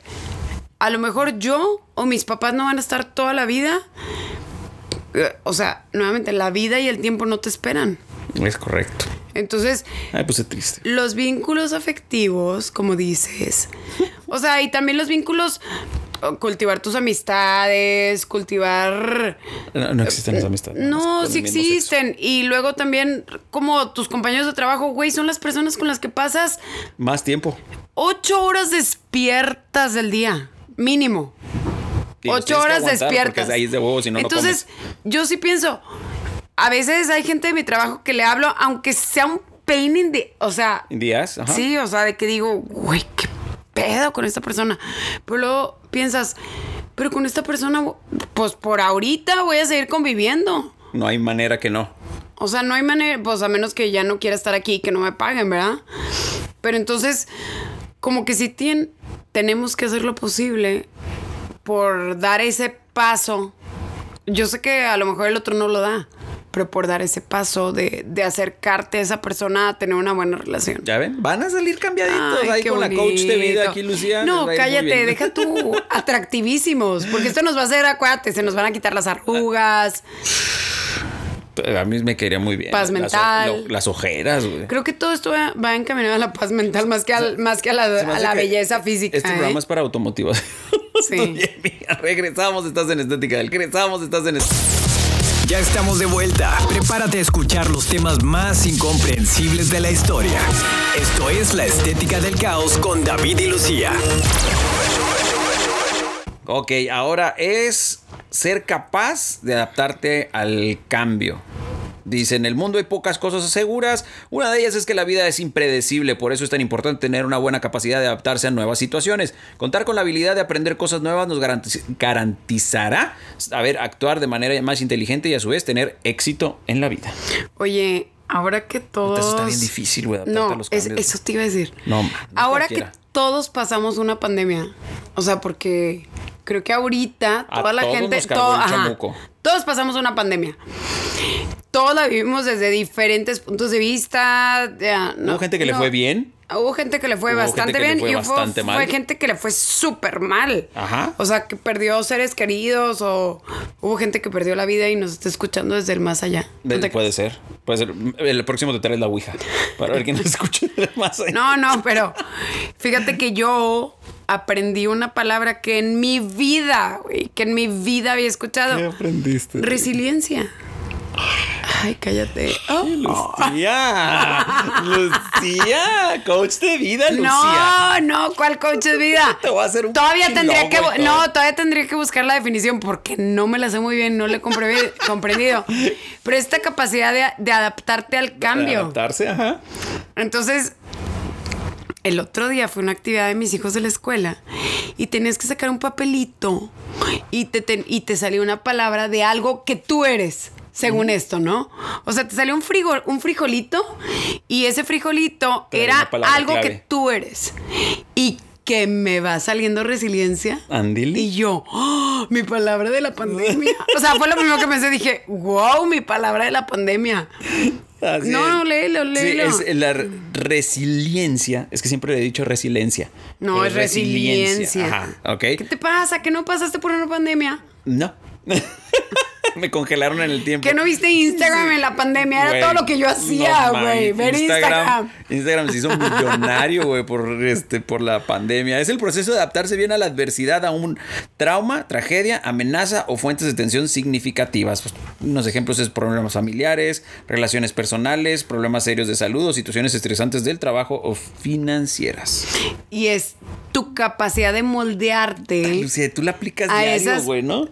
S2: a lo mejor yo o mis papás no van a estar toda la vida. Eh, O sea, nuevamente, la vida y el tiempo no te esperan.
S1: Es correcto.
S2: Entonces,
S1: Ay, pues es triste.
S2: los vínculos afectivos, como dices. O sea, y también los vínculos, o cultivar tus amistades, cultivar...
S1: No, no existen las amistades.
S2: No,
S1: eh, con el
S2: sí
S1: mismo sexo.
S2: existen. Y luego también, como tus compañeros de trabajo, güey, son las personas con las que pasas
S1: Más tiempo.
S2: ocho horas despiertas del día, mínimo.
S1: Y los tienes que
S2: Ocho horas
S1: aguantar, porque
S2: despiertas.
S1: Ahí es de huevo, si no, no
S2: Entonces,
S1: comes.
S2: yo sí pienso, a veces hay gente de mi trabajo que le hablo, aunque sea un pain in the- O sea,
S1: Días, ajá.
S2: Sí, o sea, de que digo, güey, qué pedo con esta persona. Pero luego piensas, pero con esta persona, pues por ahorita voy a seguir conviviendo.
S1: No hay manera que no.
S2: O sea, no hay manera, pues a menos que ya no quiera estar aquí y que no me paguen, ¿verdad? Pero entonces, como que sí tien- tenemos que hacer lo posible por dar ese paso. Yo sé que a lo mejor el otro no lo da, pero por dar ese paso de, de acercarte a esa persona a tener una buena relación.
S1: Ya ven, van a salir cambiaditos
S2: Ay,
S1: ahí
S2: qué
S1: con la coach de vida
S2: bonito.
S1: aquí, Lucía.
S2: No,
S1: les va a ir muy
S2: cállate,
S1: bien.
S2: deja tú atractivísimos, porque esto nos va a hacer, acuérdate, se nos van a quitar las arrugas.
S1: A mí me quería muy bien.
S2: Paz
S1: Las-
S2: mental.
S1: lo- las ojeras, güey.
S2: Creo que todo esto va va encaminado a la paz mental más que, al- más que a la,
S1: Se me
S2: a
S1: hace
S2: la
S1: que
S2: belleza física.
S1: Este
S2: ¿eh?
S1: programa es para automotivas.
S2: Sí.
S1: Regresamos, estás en estética. Regresamos, estás en estética.
S3: Ya estamos de vuelta. Prepárate a escuchar los temas más incomprensibles de la historia. Esto es La Estética del Caos con David y Lucía.
S1: Ok, ahora es ser capaz de adaptarte al cambio. Dice, en el mundo hay pocas cosas seguras. Una de ellas es que la vida es impredecible, por eso es tan importante tener una buena capacidad de adaptarse a nuevas situaciones. Contar con la habilidad de aprender cosas nuevas nos garantiz- garantizará saber actuar de manera más inteligente y a su vez tener éxito en la vida.
S2: Oye, ahora que todos...
S1: Eso está bien difícil, güey, adaptarte
S2: No,
S1: a los
S2: es-
S1: cambios.
S2: eso te iba a decir.
S1: No, man, no
S2: ahora
S1: cualquiera.
S2: que todos pasamos una pandemia, o sea, porque creo que ahorita
S1: A
S2: toda la
S1: todos
S2: gente...
S1: nos cargó
S2: todo-
S1: el
S2: ajá,
S1: chamuco.
S2: todos pasamos una pandemia. Todos la vivimos desde diferentes puntos de vista. ya, no,
S1: Hubo gente que le
S2: no.
S1: fue bien.
S2: Hubo gente que le fue
S1: Hubo
S2: bastante
S1: gente que le
S2: bien
S1: fue
S2: y hubo-
S1: bastante mal.
S2: fue gente que le fue súper mal.
S1: Ajá.
S2: O sea, que perdió seres queridos o hubo gente que perdió la vida y nos está escuchando desde el más allá. No, te-
S1: Puede ser. Puede ser. El próximo te traes la Ouija. Para ver que no escuche más. ahí.
S2: no, no, pero fíjate que yo aprendí una palabra que en mi vida, güey, que en mi vida había escuchado.
S1: ¿Qué aprendiste?
S2: Resiliencia. Ay, cállate. Oh.
S1: Lucía, Lucía, coach de vida, Lucía.
S2: No, no, ¿cuál coach de vida?
S1: Te voy a hacer un
S2: Todavía tendría que
S1: logo y todo.
S2: bu- no, todavía tendría que buscar la definición porque no me la sé muy bien, no la he compre- comprendido. Pero esta capacidad de, de adaptarte al cambio.
S1: Adaptarse, ajá.
S2: Entonces, el otro día fue una actividad de mis hijos de la escuela y tenías que sacar un papelito y te, ten- y te salió una palabra de algo que tú eres. Según esto, ¿no? O sea, te salió un, frigo- un frijolito y ese frijolito
S1: Trae
S2: era
S1: una palabra
S2: algo
S1: clave.
S2: que tú eres. Y que me va saliendo resiliencia.
S1: Andile.
S2: Y yo, ¡oh! mi palabra de la pandemia. O sea, fue lo primero que pensé. Dije, wow, mi palabra de la pandemia.
S1: Así
S2: No,
S1: es.
S2: léelo, léelo.
S1: Sí, es la re- resiliencia. Es que siempre le he dicho resiliencia.
S2: No,
S1: Pero
S2: es resiliencia.
S1: Ajá, ok.
S2: ¿Qué te pasa? ¿Que no pasaste por una pandemia?
S1: No. Me congelaron en el tiempo.
S2: ¿Que no viste Instagram en la pandemia? Era
S1: Güey,
S2: todo lo que yo
S1: no
S2: hacía,
S1: mames,
S2: güey. Ver Instagram.
S1: Instagram se hizo millonario, güey, por, este, por la pandemia. Es el proceso de adaptarse bien a la adversidad, a un trauma, tragedia, amenaza o fuentes de tensión significativas. Pues, unos ejemplos es problemas familiares, relaciones personales, problemas serios de salud o situaciones estresantes del trabajo o financieras.
S2: Y es tu capacidad de moldearte.
S1: Lucía, tú la aplicas
S2: A
S1: diario,
S2: esas-
S1: güey, ¿no?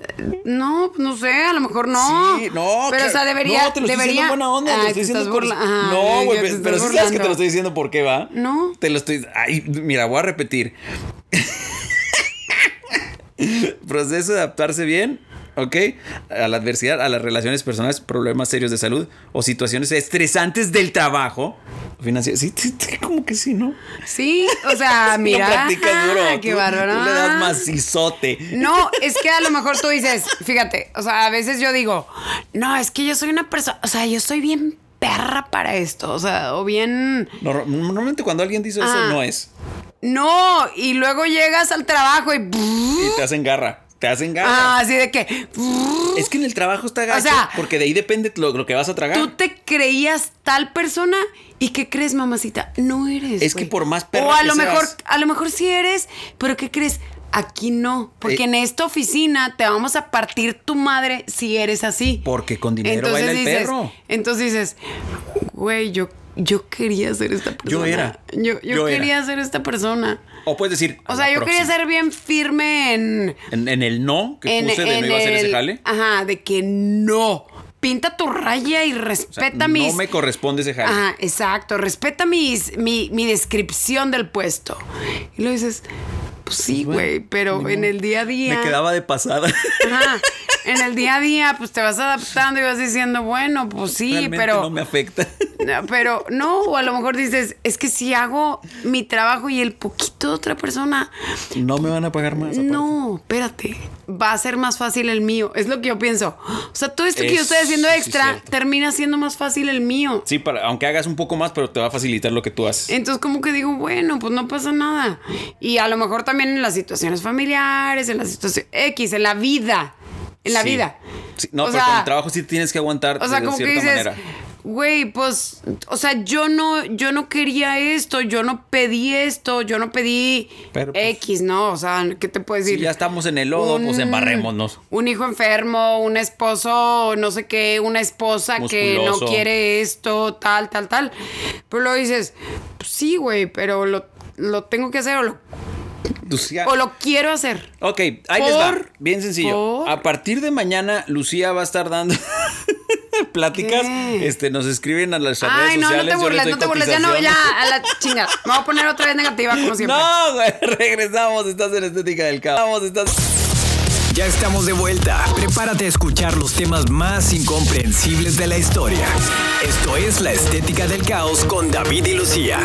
S2: No, no sé, a lo mejor no.
S1: Sí, no,
S2: Pero, o sea,
S1: claro.
S2: debería.
S1: No, te lo estoy diciendo
S2: debería...
S1: en buena onda, te lo
S2: Ay,
S1: estoy
S2: te
S1: diciendo
S2: estás
S1: por-
S2: burla- Ajá,
S1: No, güey,
S2: ya
S1: pero,
S2: te
S1: pero sí sabes que
S2: estás
S1: te lo
S2: burlando.
S1: estoy diciendo por qué va.
S2: No.
S1: Te lo estoy. Ay, mira, voy a repetir. Proceso de adaptarse bien ¿ok? A la adversidad, a las relaciones personales, problemas serios de salud o situaciones estresantes del trabajo financiero. Sí, sí, sí, como que sí, ¿no?
S2: Sí, o
S1: Ah,
S2: sea, mira.
S1: no practicas duro.
S2: ah, Qué
S1: tú-
S2: bárbaro.
S1: tú le das macizote.
S2: No, es que a lo mejor tú dices, fíjate, o sea, a veces yo digo, no, es que yo soy una persona, o sea, yo soy bien perra para esto, o sea, o bien...
S1: Nor- Normalmente cuando alguien dice eso,
S2: Ah.
S1: no es.
S2: No, y luego llegas al trabajo y...
S1: Y te hacen garra. Te hacen garra.
S2: Ah, así de que...
S1: Es que en el trabajo está gacho,
S2: sea,
S1: porque de ahí depende lo, lo que vas a tragar.
S2: Tú te creías tal persona y ¿qué crees, mamacita? No eres.
S1: Es que
S2: güey.
S1: por más perra
S2: O a
S1: que
S2: lo mejor,
S1: seas.
S2: a lo mejor sí eres, pero ¿qué crees? Aquí no, porque
S1: Eh.
S2: en esta oficina te vamos a partir tu madre si eres así.
S1: Porque con dinero baila el
S2: dices,
S1: perro.
S2: Entonces dices, güey, yo, yo quería ser esta persona.
S1: Yo era.
S2: Yo, yo
S1: Yo era.
S2: quería ser esta persona.
S1: O puedes decir. a
S2: O sea,
S1: la
S2: yo quería
S1: próxima.
S2: ser bien firme en,
S1: En, en el no que
S2: en-
S1: puse de
S2: en
S1: no iba a hacer ese
S2: el-
S1: jale.
S2: Ajá, de que no. Pinta tu raya y
S1: O sea,
S2: respeta mis.
S1: no me corresponde ese jale.
S2: Ajá, exacto. Respeta mis, mi, mi descripción del puesto. Y lo dices, pues sí, güey, pero en el día a día.
S1: Me quedaba de pasada.
S2: Ajá. En el día a día, pues te vas adaptando y vas diciendo, bueno, pues sí,
S1: Realmente
S2: pero.
S1: no me afecta.
S2: No, pero no, o a lo mejor dices, es que si hago mi trabajo y el poquito de otra persona,
S1: No me van a pagar más. aparte.
S2: no, espérate, va a ser más fácil el mío, es lo que yo pienso. O sea, todo esto que yo estoy
S1: Eso
S2: haciendo
S1: sí es
S2: extra
S1: cierto.
S2: termina siendo más fácil el mío.
S1: Sí, para, aunque hagas un poco más, pero te va a facilitar lo que tú haces.
S2: Entonces como que digo, bueno, pues no pasa nada. Y a lo mejor también en las situaciones familiares, en las situaciones X, en la vida, en la
S1: Sí.
S2: vida.
S1: Sí, No,
S2: O
S1: pero
S2: sea,
S1: con el trabajo sí tienes que aguantar
S2: O sea,
S1: de
S2: como que
S1: cierta
S2: dices,
S1: manera.
S2: güey, pues, o sea, yo no, yo no quería esto, yo no pedí esto, yo no pedí
S1: Pero, pues,
S2: X, ¿no? O sea, ¿qué te puedes
S1: Si
S2: decir?
S1: ya estamos en el lodo, pues
S2: Un-
S1: embarrémonos.
S2: Un hijo enfermo, un esposo, no sé qué, una esposa que
S1: Musculoso.
S2: no quiere esto, tal, tal, tal. Pero luego dices, pues, sí, güey, pero lo, lo tengo que hacer o lo,
S1: Pues ya-
S2: o lo quiero hacer.
S1: Ok, ahí les va.
S2: Por-
S1: Bien sencillo.
S2: por-
S1: A partir de mañana, Lucía va a estar dando pláticas.
S2: ¿Qué?
S1: Este, nos escriben a las
S2: Ay,
S1: redes
S2: no, no
S1: sociales. yo
S2: te
S1: les
S2: burles,
S1: doy
S2: no te burles, ya no, ya, a la chinga. Me voy a poner otra vez negativa, como siempre.
S1: No, güey, regresamos. Estás en Estética del Caos. Vamos, estás.
S3: Ya estamos de vuelta. Prepárate a escuchar los temas más incomprensibles de la historia. Esto es La Estética del Caos con David y Lucía.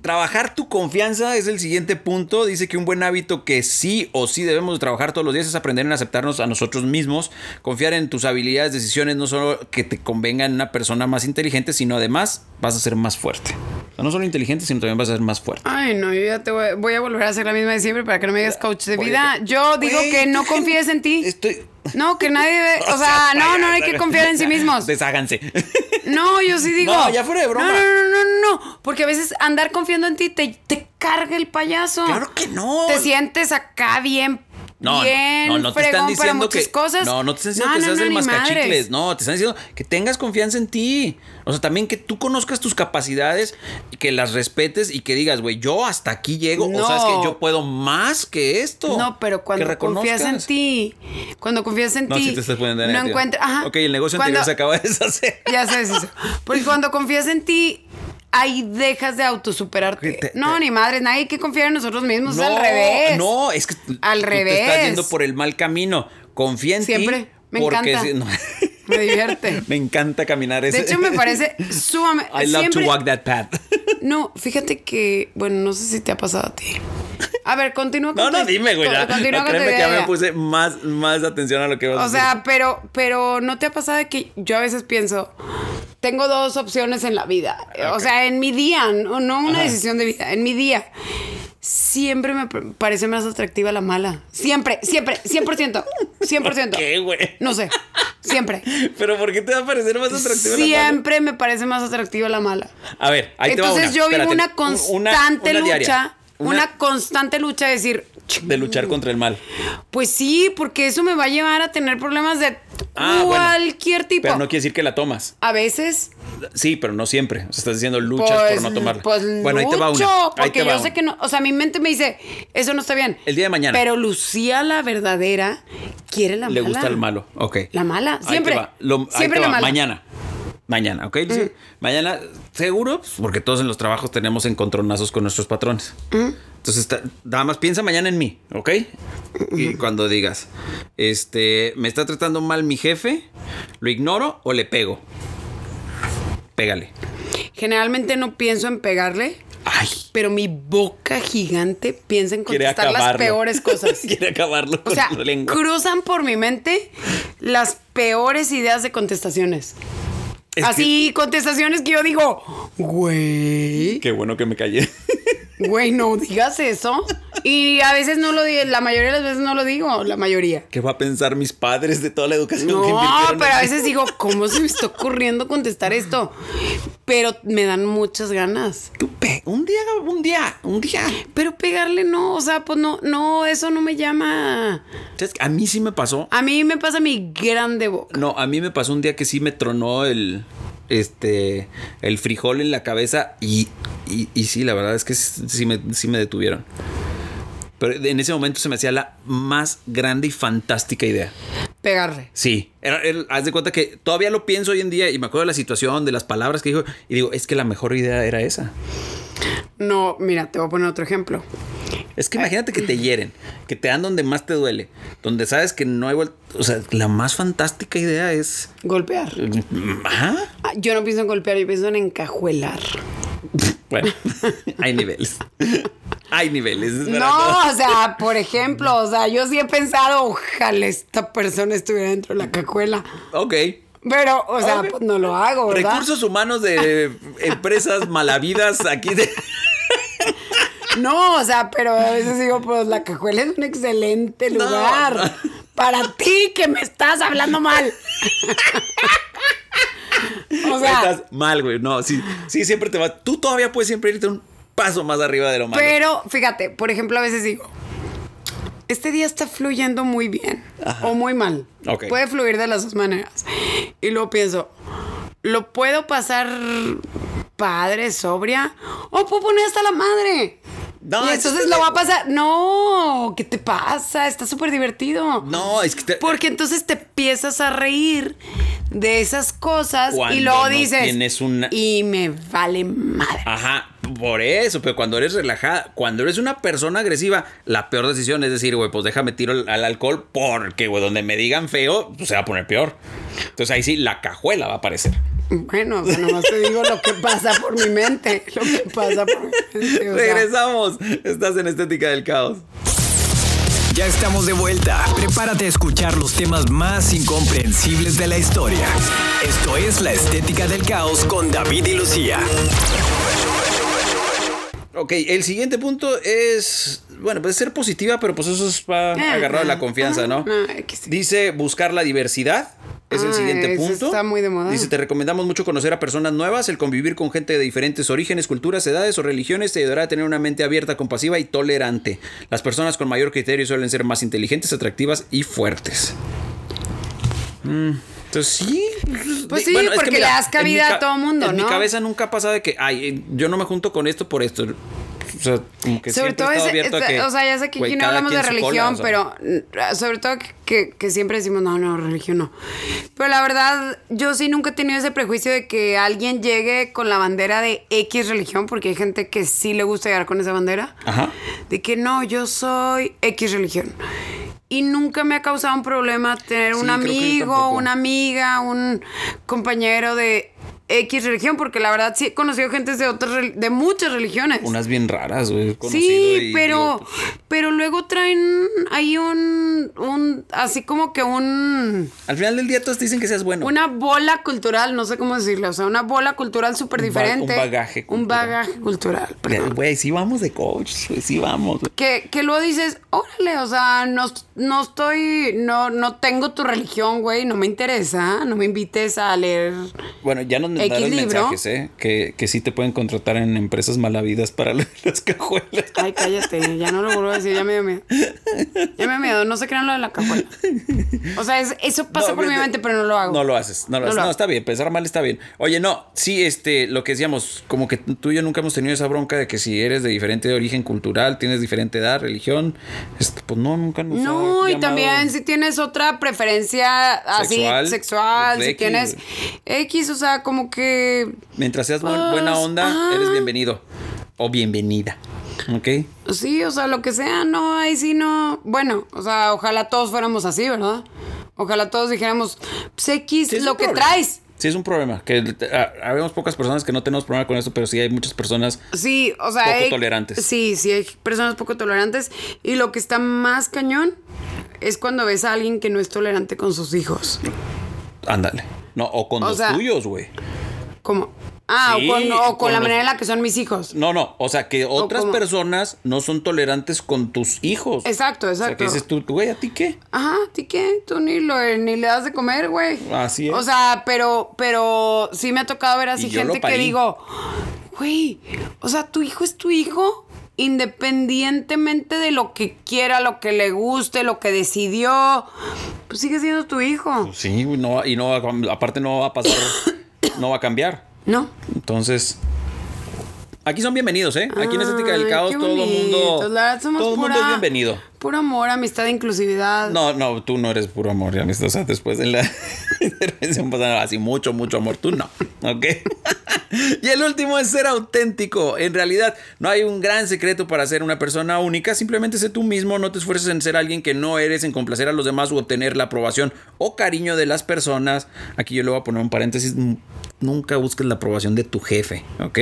S1: Trabajar tu confianza es el siguiente punto. Dice que un buen hábito que sí o sí debemos de trabajar todos los días es aprender en aceptarnos a nosotros mismos, confiar en tus habilidades, decisiones, no solo que te convenga en una persona más inteligente, sino además vas a ser más fuerte. O sea, no solo inteligente, sino también vas a ser más fuerte.
S2: Ay, no, yo ya te voy, voy a volver a hacer la misma de siempre para que no me digas coach de
S1: Oye,
S2: vida.
S1: te-
S2: Yo digo
S1: Güey,
S2: que no
S1: dejen-
S2: confíes en ti.
S1: Estoy.
S2: No, que nadie ve. Eh, O sea, no, no hay que confiar en sí mismos.
S1: Desháganse.
S2: No, yo sí digo.
S1: No, ya fuera de broma.
S2: No, no, no, no, no. Porque a veces andar confiando en ti te, te carga el payaso.
S1: Claro que no.
S2: Te sientes acá bien.
S1: No, no,
S2: bien
S1: no, no te están
S2: fregón para
S1: diciendo
S2: muchas
S1: que
S2: cosas.
S1: no, no te están diciendo
S2: No,
S1: que
S2: no,
S1: seas
S2: no,
S1: el
S2: ni
S1: mascachicles,
S2: madres.
S1: no, te están diciendo que tengas confianza en ti, o sea, también que tú conozcas tus capacidades y que las respetes y que digas, güey, yo hasta aquí llego, o sea, es
S2: No.
S1: que yo puedo más que esto.
S2: No, pero
S1: Que
S2: cuando
S1: reconozcas.
S2: confías en ti, cuando confías en
S1: No,
S2: ti,
S1: si te estás poniendo
S2: no
S1: negativa.
S2: encuentras, ajá.
S1: Ok, el negocio
S2: Cuando-
S1: anterior se acaba de deshacer.
S2: Ya sabes eso. Porque cuando confías en ti, ahí dejas de autosuperarte.
S1: Que te-
S2: no,
S1: te-
S2: ni madres, nadie hay que confiar en nosotros mismos, es Pues al revés.
S1: No, es que tú-
S2: Al
S1: tú
S2: revés.
S1: te estás yendo por el mal camino. Confía en ti.
S2: Siempre. Me
S1: porque
S2: encanta.
S1: si- no.
S2: Me divierte.
S1: Me encanta caminar ese.
S2: De hecho, me parece sumamente.
S1: I love
S2: siempre-
S1: to walk that path.
S2: No, fíjate que. Bueno, no sé si te ha pasado a ti. A ver, continúa con
S1: No, no,
S2: tu-
S1: dime, güey.
S2: Pues, con-
S1: ya.
S2: Continúa
S1: No,
S2: con tu
S1: créeme que
S2: idea,
S1: ya me
S2: ya.
S1: puse más, más atención a lo que vas a
S2: O
S1: decir.
S2: sea, pero, pero no te ha pasado de que yo a veces pienso, tengo dos opciones en la vida. O sea, en mi día, no, no una
S1: Ajá.
S2: decisión de vida, en mi día. Siempre me p- parece más atractiva la mala. Siempre, siempre, 100%. 100%.
S1: ¿Qué, güey?
S2: No sé, siempre.
S1: Pero ¿por qué te va a parecer más atractivo la mala?
S2: Siempre me parece más atractiva la mala.
S1: A ver, ahí
S2: Entonces
S1: te va
S2: yo
S1: una.
S2: vivo
S1: Espérate,
S2: una
S1: un- una-
S2: constante
S1: una
S2: lucha,
S1: diaria.
S2: una, constante lucha de decir, "Ch-
S1: de luchar contra el mal.
S2: pues sí, porque eso me va a llevar a tener problemas de
S1: Ah, bueno.
S2: cualquier tipo.
S1: Pero no quiere decir que la tomas.
S2: A veces,
S1: Sí, pero no siempre. O sea, estás diciendo luchas
S2: pues,
S1: por no tomarla.
S2: pues
S1: bueno, ahí te va
S2: lucho,
S1: una. Ahí
S2: porque
S1: te va
S2: yo
S1: una.
S2: sé que no, o sea, mi mente me dice, eso no está bien.
S1: El día de mañana.
S2: Pero Lucía la verdadera quiere la
S1: Le
S2: mala.
S1: gusta el malo. Ok.
S2: La mala,
S1: Ahí te
S2: siempre.
S1: va. Lo- ahí
S2: siempre
S1: te
S2: Mm. la
S1: va.
S2: mala.
S1: Mañana. Mañana, ¿ok? Lizy? Mañana, seguro, Pues, porque todos en los trabajos tenemos encontronazos con nuestros patrones.
S2: Mm.
S1: Entonces, ta- nada más piensa mañana en mí, ¿ok? Y cuando digas, este, me está tratando mal mi jefe, ¿lo ignoro o le pego? Pégale.
S2: Generalmente no pienso en pegarle,
S1: Ay,
S2: pero mi boca gigante piensa en
S1: quiere
S2: contestar las
S1: acabarlo.
S2: peores cosas.
S1: quiere acabarlo
S2: O sea,
S1: con la lengua.
S2: cruzan por mi mente las peores ideas de contestaciones.
S1: Es que-
S2: Así, contestaciones que yo digo, güey,
S1: Qué bueno que me callé.
S2: güey, no digas eso. Y a veces no lo digo, la mayoría de las veces no lo digo, la mayoría.
S1: ¿Qué va a pensar mis padres de toda la educación que
S2: No,
S1: invirtieron
S2: pero
S1: en
S2: a
S1: mí?
S2: veces digo, ¿cómo se me está ocurriendo contestar esto? Pero me dan muchas ganas.
S1: Tú pe- un día, un día, un día.
S2: Pero pegarle no, o sea, pues no, no, eso no me llama.
S1: ¿Sabes qué? A mí sí me pasó.
S2: A mí me pasa mi grande boca.
S1: No, a mí me pasó un día que sí me tronó el. Este. El frijol en la cabeza. Y. Y, y sí, la verdad es que sí me, sí me detuvieron. Pero en ese momento se me hacía la más grande y fantástica idea.
S2: Pegarle.
S1: Sí. Era- era- haz de cuenta que todavía lo pienso hoy en día y me acuerdo de la situación, de las palabras que dijo. Y digo, es que la mejor idea era esa.
S2: No, mira, te voy a poner otro ejemplo.
S1: Es
S2: Ah.
S1: que imagínate que te hieren, que te dan donde más te duele, donde sabes que no hay vuelta. O sea, la más fantástica idea es.
S2: Golpear.
S1: Ajá.
S2: Ah, Yo no pienso en golpear, yo pienso en encajuelar.
S1: Bueno, hay niveles. Hay niveles. es verdad.
S2: No, o sea, por ejemplo, o sea, yo sí he pensado, ojalá esta persona estuviera dentro de la cajuela.
S1: Ok.
S2: Pero, o sea,
S1: Ok.
S2: pues, no lo hago, ¿verdad?
S1: Recursos humanos de empresas malavidas aquí. de-
S2: No, o sea, pero a veces digo, pues la cajuela es un excelente
S1: No.
S2: lugar. Para ti que me estás hablando mal. o sea,
S1: Estás mal, güey. No, sí, sí, siempre te va. Tú todavía puedes siempre irte un paso más arriba de lo malo.
S2: pero fíjate, por ejemplo, a veces digo, este día está fluyendo muy bien
S1: Ajá.
S2: o muy mal.
S1: Ok.
S2: Puede fluir de las dos maneras. Y luego pienso, ¿lo puedo pasar padre, sobria? ¿O puedo poner hasta la madre?
S1: No,
S2: y
S1: es-
S2: entonces lo va a pasar. No, ¿qué te pasa? Está súper divertido.
S1: No, es que te-
S2: Porque entonces te empiezas a reír de esas cosas y
S1: Cuando
S2: luego
S1: no
S2: dices.
S1: tienes una-
S2: Y me vale madre.
S1: Ajá, por eso, pero cuando eres relajada, cuando eres una persona agresiva, la peor decisión es decir, güey, pues déjame tiro al, al alcohol porque, güey, donde me digan feo, pues se va a poner peor. Entonces ahí sí, la cajuela va a aparecer.
S2: Bueno, o sea, nomás te digo lo que pasa por mi mente. Lo que pasa por mi mente. o sea.
S1: Regresamos, estás en Estética del Caos.
S3: Ya estamos de vuelta. Prepárate a escuchar los temas más incomprensibles de la historia. Esto es La Estética del Caos con David y Lucía.
S1: Ok, el siguiente punto es, bueno, pues ser positiva, pero pues eso es para
S2: Ah,
S1: agarrar la
S2: no.
S1: confianza, ¿no?
S2: Ah, no, que sí.
S1: Dice buscar la diversidad. Es el
S2: Ah,
S1: siguiente
S2: eso
S1: punto.
S2: está muy de moda.
S1: Dice, te recomendamos mucho conocer a personas nuevas. El convivir con gente de diferentes orígenes, culturas, edades o religiones te ayudará a tener una mente abierta, compasiva y tolerante. Las personas con mayor criterio suelen ser más inteligentes, atractivas y fuertes. Mm, Entonces sí.
S2: Pues
S1: de-
S2: sí,
S1: es que
S2: porque le das
S1: en mi
S2: cabida a
S1: ca-
S2: todo mundo,
S1: En mi
S2: ¿no?
S1: cabeza nunca ha pasado de que, ay, eh, yo no me junto con esto por esto. O sea, como que
S2: sobre
S1: siempre he
S2: todo,
S1: estado
S2: ese-
S1: abierto a
S2: esta-
S1: que,
S2: o sea, ya sé que
S1: güey,
S2: aquí no
S1: cada
S2: hablamos de
S1: quien su cola,
S2: religión,
S1: o sea.
S2: pero mm, sobre todo que, que- que siempre decimos, no, no, religión no. Pero la verdad, yo sí nunca he tenido ese prejuicio de que alguien llegue con la bandera de X religión, porque hay gente que sí le gusta llegar con esa bandera.
S1: Ajá.
S2: De que no, yo soy X religión. Y nunca me ha causado un problema tener
S1: Sí,
S2: un
S1: creo que yo
S2: amigo,
S1: tampoco.
S2: una amiga, un compañero de X religión, porque la verdad sí he conocido gente de otras, rel- de muchas religiones.
S1: Unas bien raras, güey. he conocido
S2: Sí,
S1: y
S2: pero,
S1: digo, pues,
S2: pero luego traen ahí un, un, así como que un,
S1: Al final del día todos te dicen que seas bueno.
S2: una bola cultural, no sé cómo decirlo, o sea, una bola cultural súper
S1: Un ba-
S2: diferente.
S1: un bagaje
S2: Un
S1: cultural.
S2: bagaje cultural,
S1: Pero,
S2: perdón.
S1: Güey, sí vamos de coach, güey, sí vamos. güey.
S2: Que, que luego dices, órale, o sea, no, no estoy, no, no tengo tu religión, güey, no me interesa, no me invites a leer.
S1: Bueno, ya nos
S2: X
S1: mandaron
S2: libro.
S1: mensajes, ¿eh? Que, que sí te pueden contratar en empresas malavidas para lo- las cajuelas.
S2: Ay, cállate, ya no lo vuelvo a decir, ya me dio miedo. Ya me dio miedo, no se crean lo de la cajuela. O sea, es- eso pasa
S1: No,
S2: por mi
S1: vete.
S2: mente, pero no lo hago.
S1: No lo haces, no lo
S2: No
S1: haces.
S2: lo
S1: No,
S2: hago.
S1: está bien, pensar mal está bien. Oye, no, sí, este, lo que decíamos, como que tú y yo nunca hemos tenido esa bronca de que si eres de diferente origen cultural, tienes diferente edad, religión, este, pues no, nunca nos ha
S2: No, y
S1: llamado.
S2: también si tienes otra preferencia así
S1: Sexual,
S2: sexual,
S1: pues,
S2: si
S1: X,
S2: tienes
S1: güey.
S2: X, o sea, como como que.
S1: Mientras seas buen-
S2: Ah,
S1: buena onda,
S2: ajá.
S1: eres bienvenido. O bienvenida. ¿Ok?
S2: Sí, o sea, lo que sea, no, ahí sí no. Bueno, o sea, ojalá todos fuéramos así, ¿verdad? Ojalá todos dijéramos, pues X,
S1: Sí, es
S2: lo
S1: un
S2: que
S1: problema.
S2: traes.
S1: Sí, es un problema. Que ah, habemos pocas personas que no tenemos problema con eso, pero sí hay muchas personas.
S2: Sí, o sea.
S1: Poco
S2: hay-
S1: tolerantes.
S2: Sí, sí, hay personas poco tolerantes. Y lo que está más cañón es cuando ves a alguien que no es tolerante con sus hijos.
S1: Ándale. No, o con
S2: O
S1: los
S2: sea-
S1: tuyos, güey.
S2: Como. Ah,
S1: Sí,
S2: o con, o con
S1: con
S2: la
S1: los-
S2: manera en la que son mis hijos.
S1: No, no. O sea, que otras
S2: como-
S1: personas no son tolerantes con tus hijos.
S2: Exacto,
S1: O sea, que
S2: exacto.
S1: dices tú, güey, ¿a ti qué?
S2: Ajá, ¿ti qué? Tú ni, lo, eh, ni le das de comer, güey.
S1: Así es.
S2: O sea, pero, pero sí me ha tocado ver
S1: Y
S2: así
S1: yo lo
S2: gente que
S1: parí.
S2: digo, güey, o sea, tu hijo es tu hijo independientemente de lo que quiera, lo que le guste, lo que decidió, pues sigue siendo tu hijo,
S1: Pues Sí, güey, no, y no, va- aparte no va a pasar, no va a cambiar.
S2: ¿no?
S1: Entonces, aquí son bienvenidos, ¿eh? Aquí en Estética del
S2: Ay,
S1: Caos
S2: qué
S1: todo el mundo,
S2: bonitos. La verdad, somos
S1: todo el mundo es
S2: pura-
S1: bienvenido.
S2: Puro amor, amistad, inclusividad.
S1: No, no, tú no eres puro amor y amistad. O sea, después de la intervención pasaron así mucho, mucho amor. Tú no, ¿ok? y el último es ser auténtico. En realidad, no hay un gran secreto para ser una persona única. Simplemente sé tú mismo. No te esfuerces en ser alguien que no eres, en complacer a los demás o obtener la aprobación o cariño de las personas. Aquí yo le voy a poner un paréntesis. N- Nunca busques la aprobación de tu jefe, ¿ok?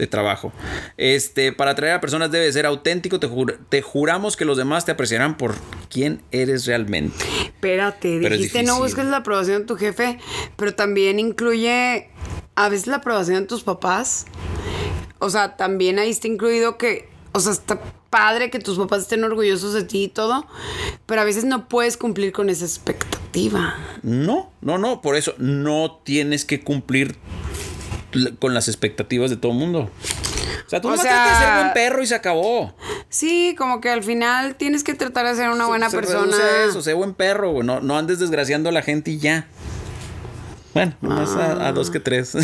S1: de trabajo. Este, para atraer a personas debe ser auténtico. Te, jur- te juramos que los demás te apreciarán por quién eres realmente.
S2: Espérate,
S1: Pero es
S2: dijiste no
S1: difícil.
S2: busques la aprobación de tu jefe, pero también incluye a veces la aprobación de tus papás. O sea, también ahí está incluido que, o sea, está padre que tus papás estén orgullosos de ti y todo, pero a veces no puedes cumplir con esa expectativa.
S1: No, no, no. Por eso no tienes que cumplir l- con las expectativas de todo el mundo. O sea, tú
S2: O
S1: no
S2: sea-
S1: tratas de ser buen perro y se acabó.
S2: Sí, como que al final tienes que tratar de ser una buena
S1: Se- se
S2: persona.
S1: reduce a Eso, sé buen perro, güey. No, no andes desgraciando a la gente y ya. Bueno, nomás a, a dos que tres.
S2: Ah.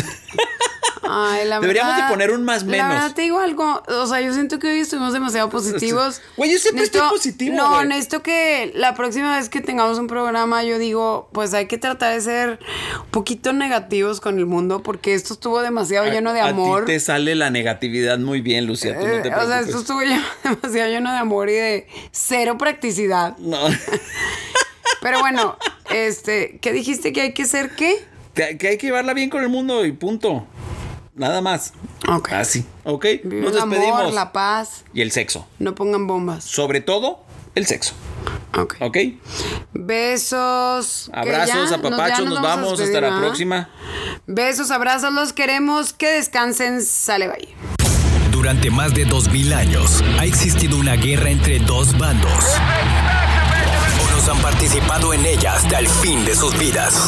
S2: Ay, la
S1: Deberíamos de
S2: verdad-
S1: poner un más menos.
S2: La verdad te digo algo, o sea, yo siento que hoy estuvimos demasiado positivos.
S1: Güey, yo siempre estoy positivo,
S2: No,
S1: güey.
S2: necesito que la próxima vez que tengamos un programa, yo digo, pues hay que tratar de ser un poquito negativos con el mundo, porque esto estuvo demasiado lleno de
S1: A-
S2: amor.
S1: A ti te sale la negatividad muy bien, Lucía. Tú no te
S2: Eh, o sea,
S1: preocupes.
S2: esto estuvo lleno- demasiado lleno de amor y de cero practicidad.
S1: No.
S2: Pero bueno, este, ¿qué dijiste que hay que ser qué?
S1: Que, que hay que llevarla bien con el mundo y punto. Nada más.
S2: Ok.
S1: Así. ¿Ok?
S2: Vivir
S1: Ah, Nos
S2: el amor,
S1: despedimos.
S2: la paz,
S1: Y el sexo.
S2: no pongan bombas.
S1: Sobre todo, el sexo.
S2: Ok.
S1: ¿Ok?
S2: Besos. que
S1: Abrazos,
S2: ya,
S1: apapachos.
S2: ya
S1: Nos, vamos. Hasta
S2: despedir,
S1: la
S2: ¿verdad?
S1: próxima.
S2: Besos, abrazos, los queremos. Que descansen. Sale, bye.
S3: Durante más de 2000 años ha existido una guerra entre dos bandos. Unos han participado en ella hasta el fin de sus vidas.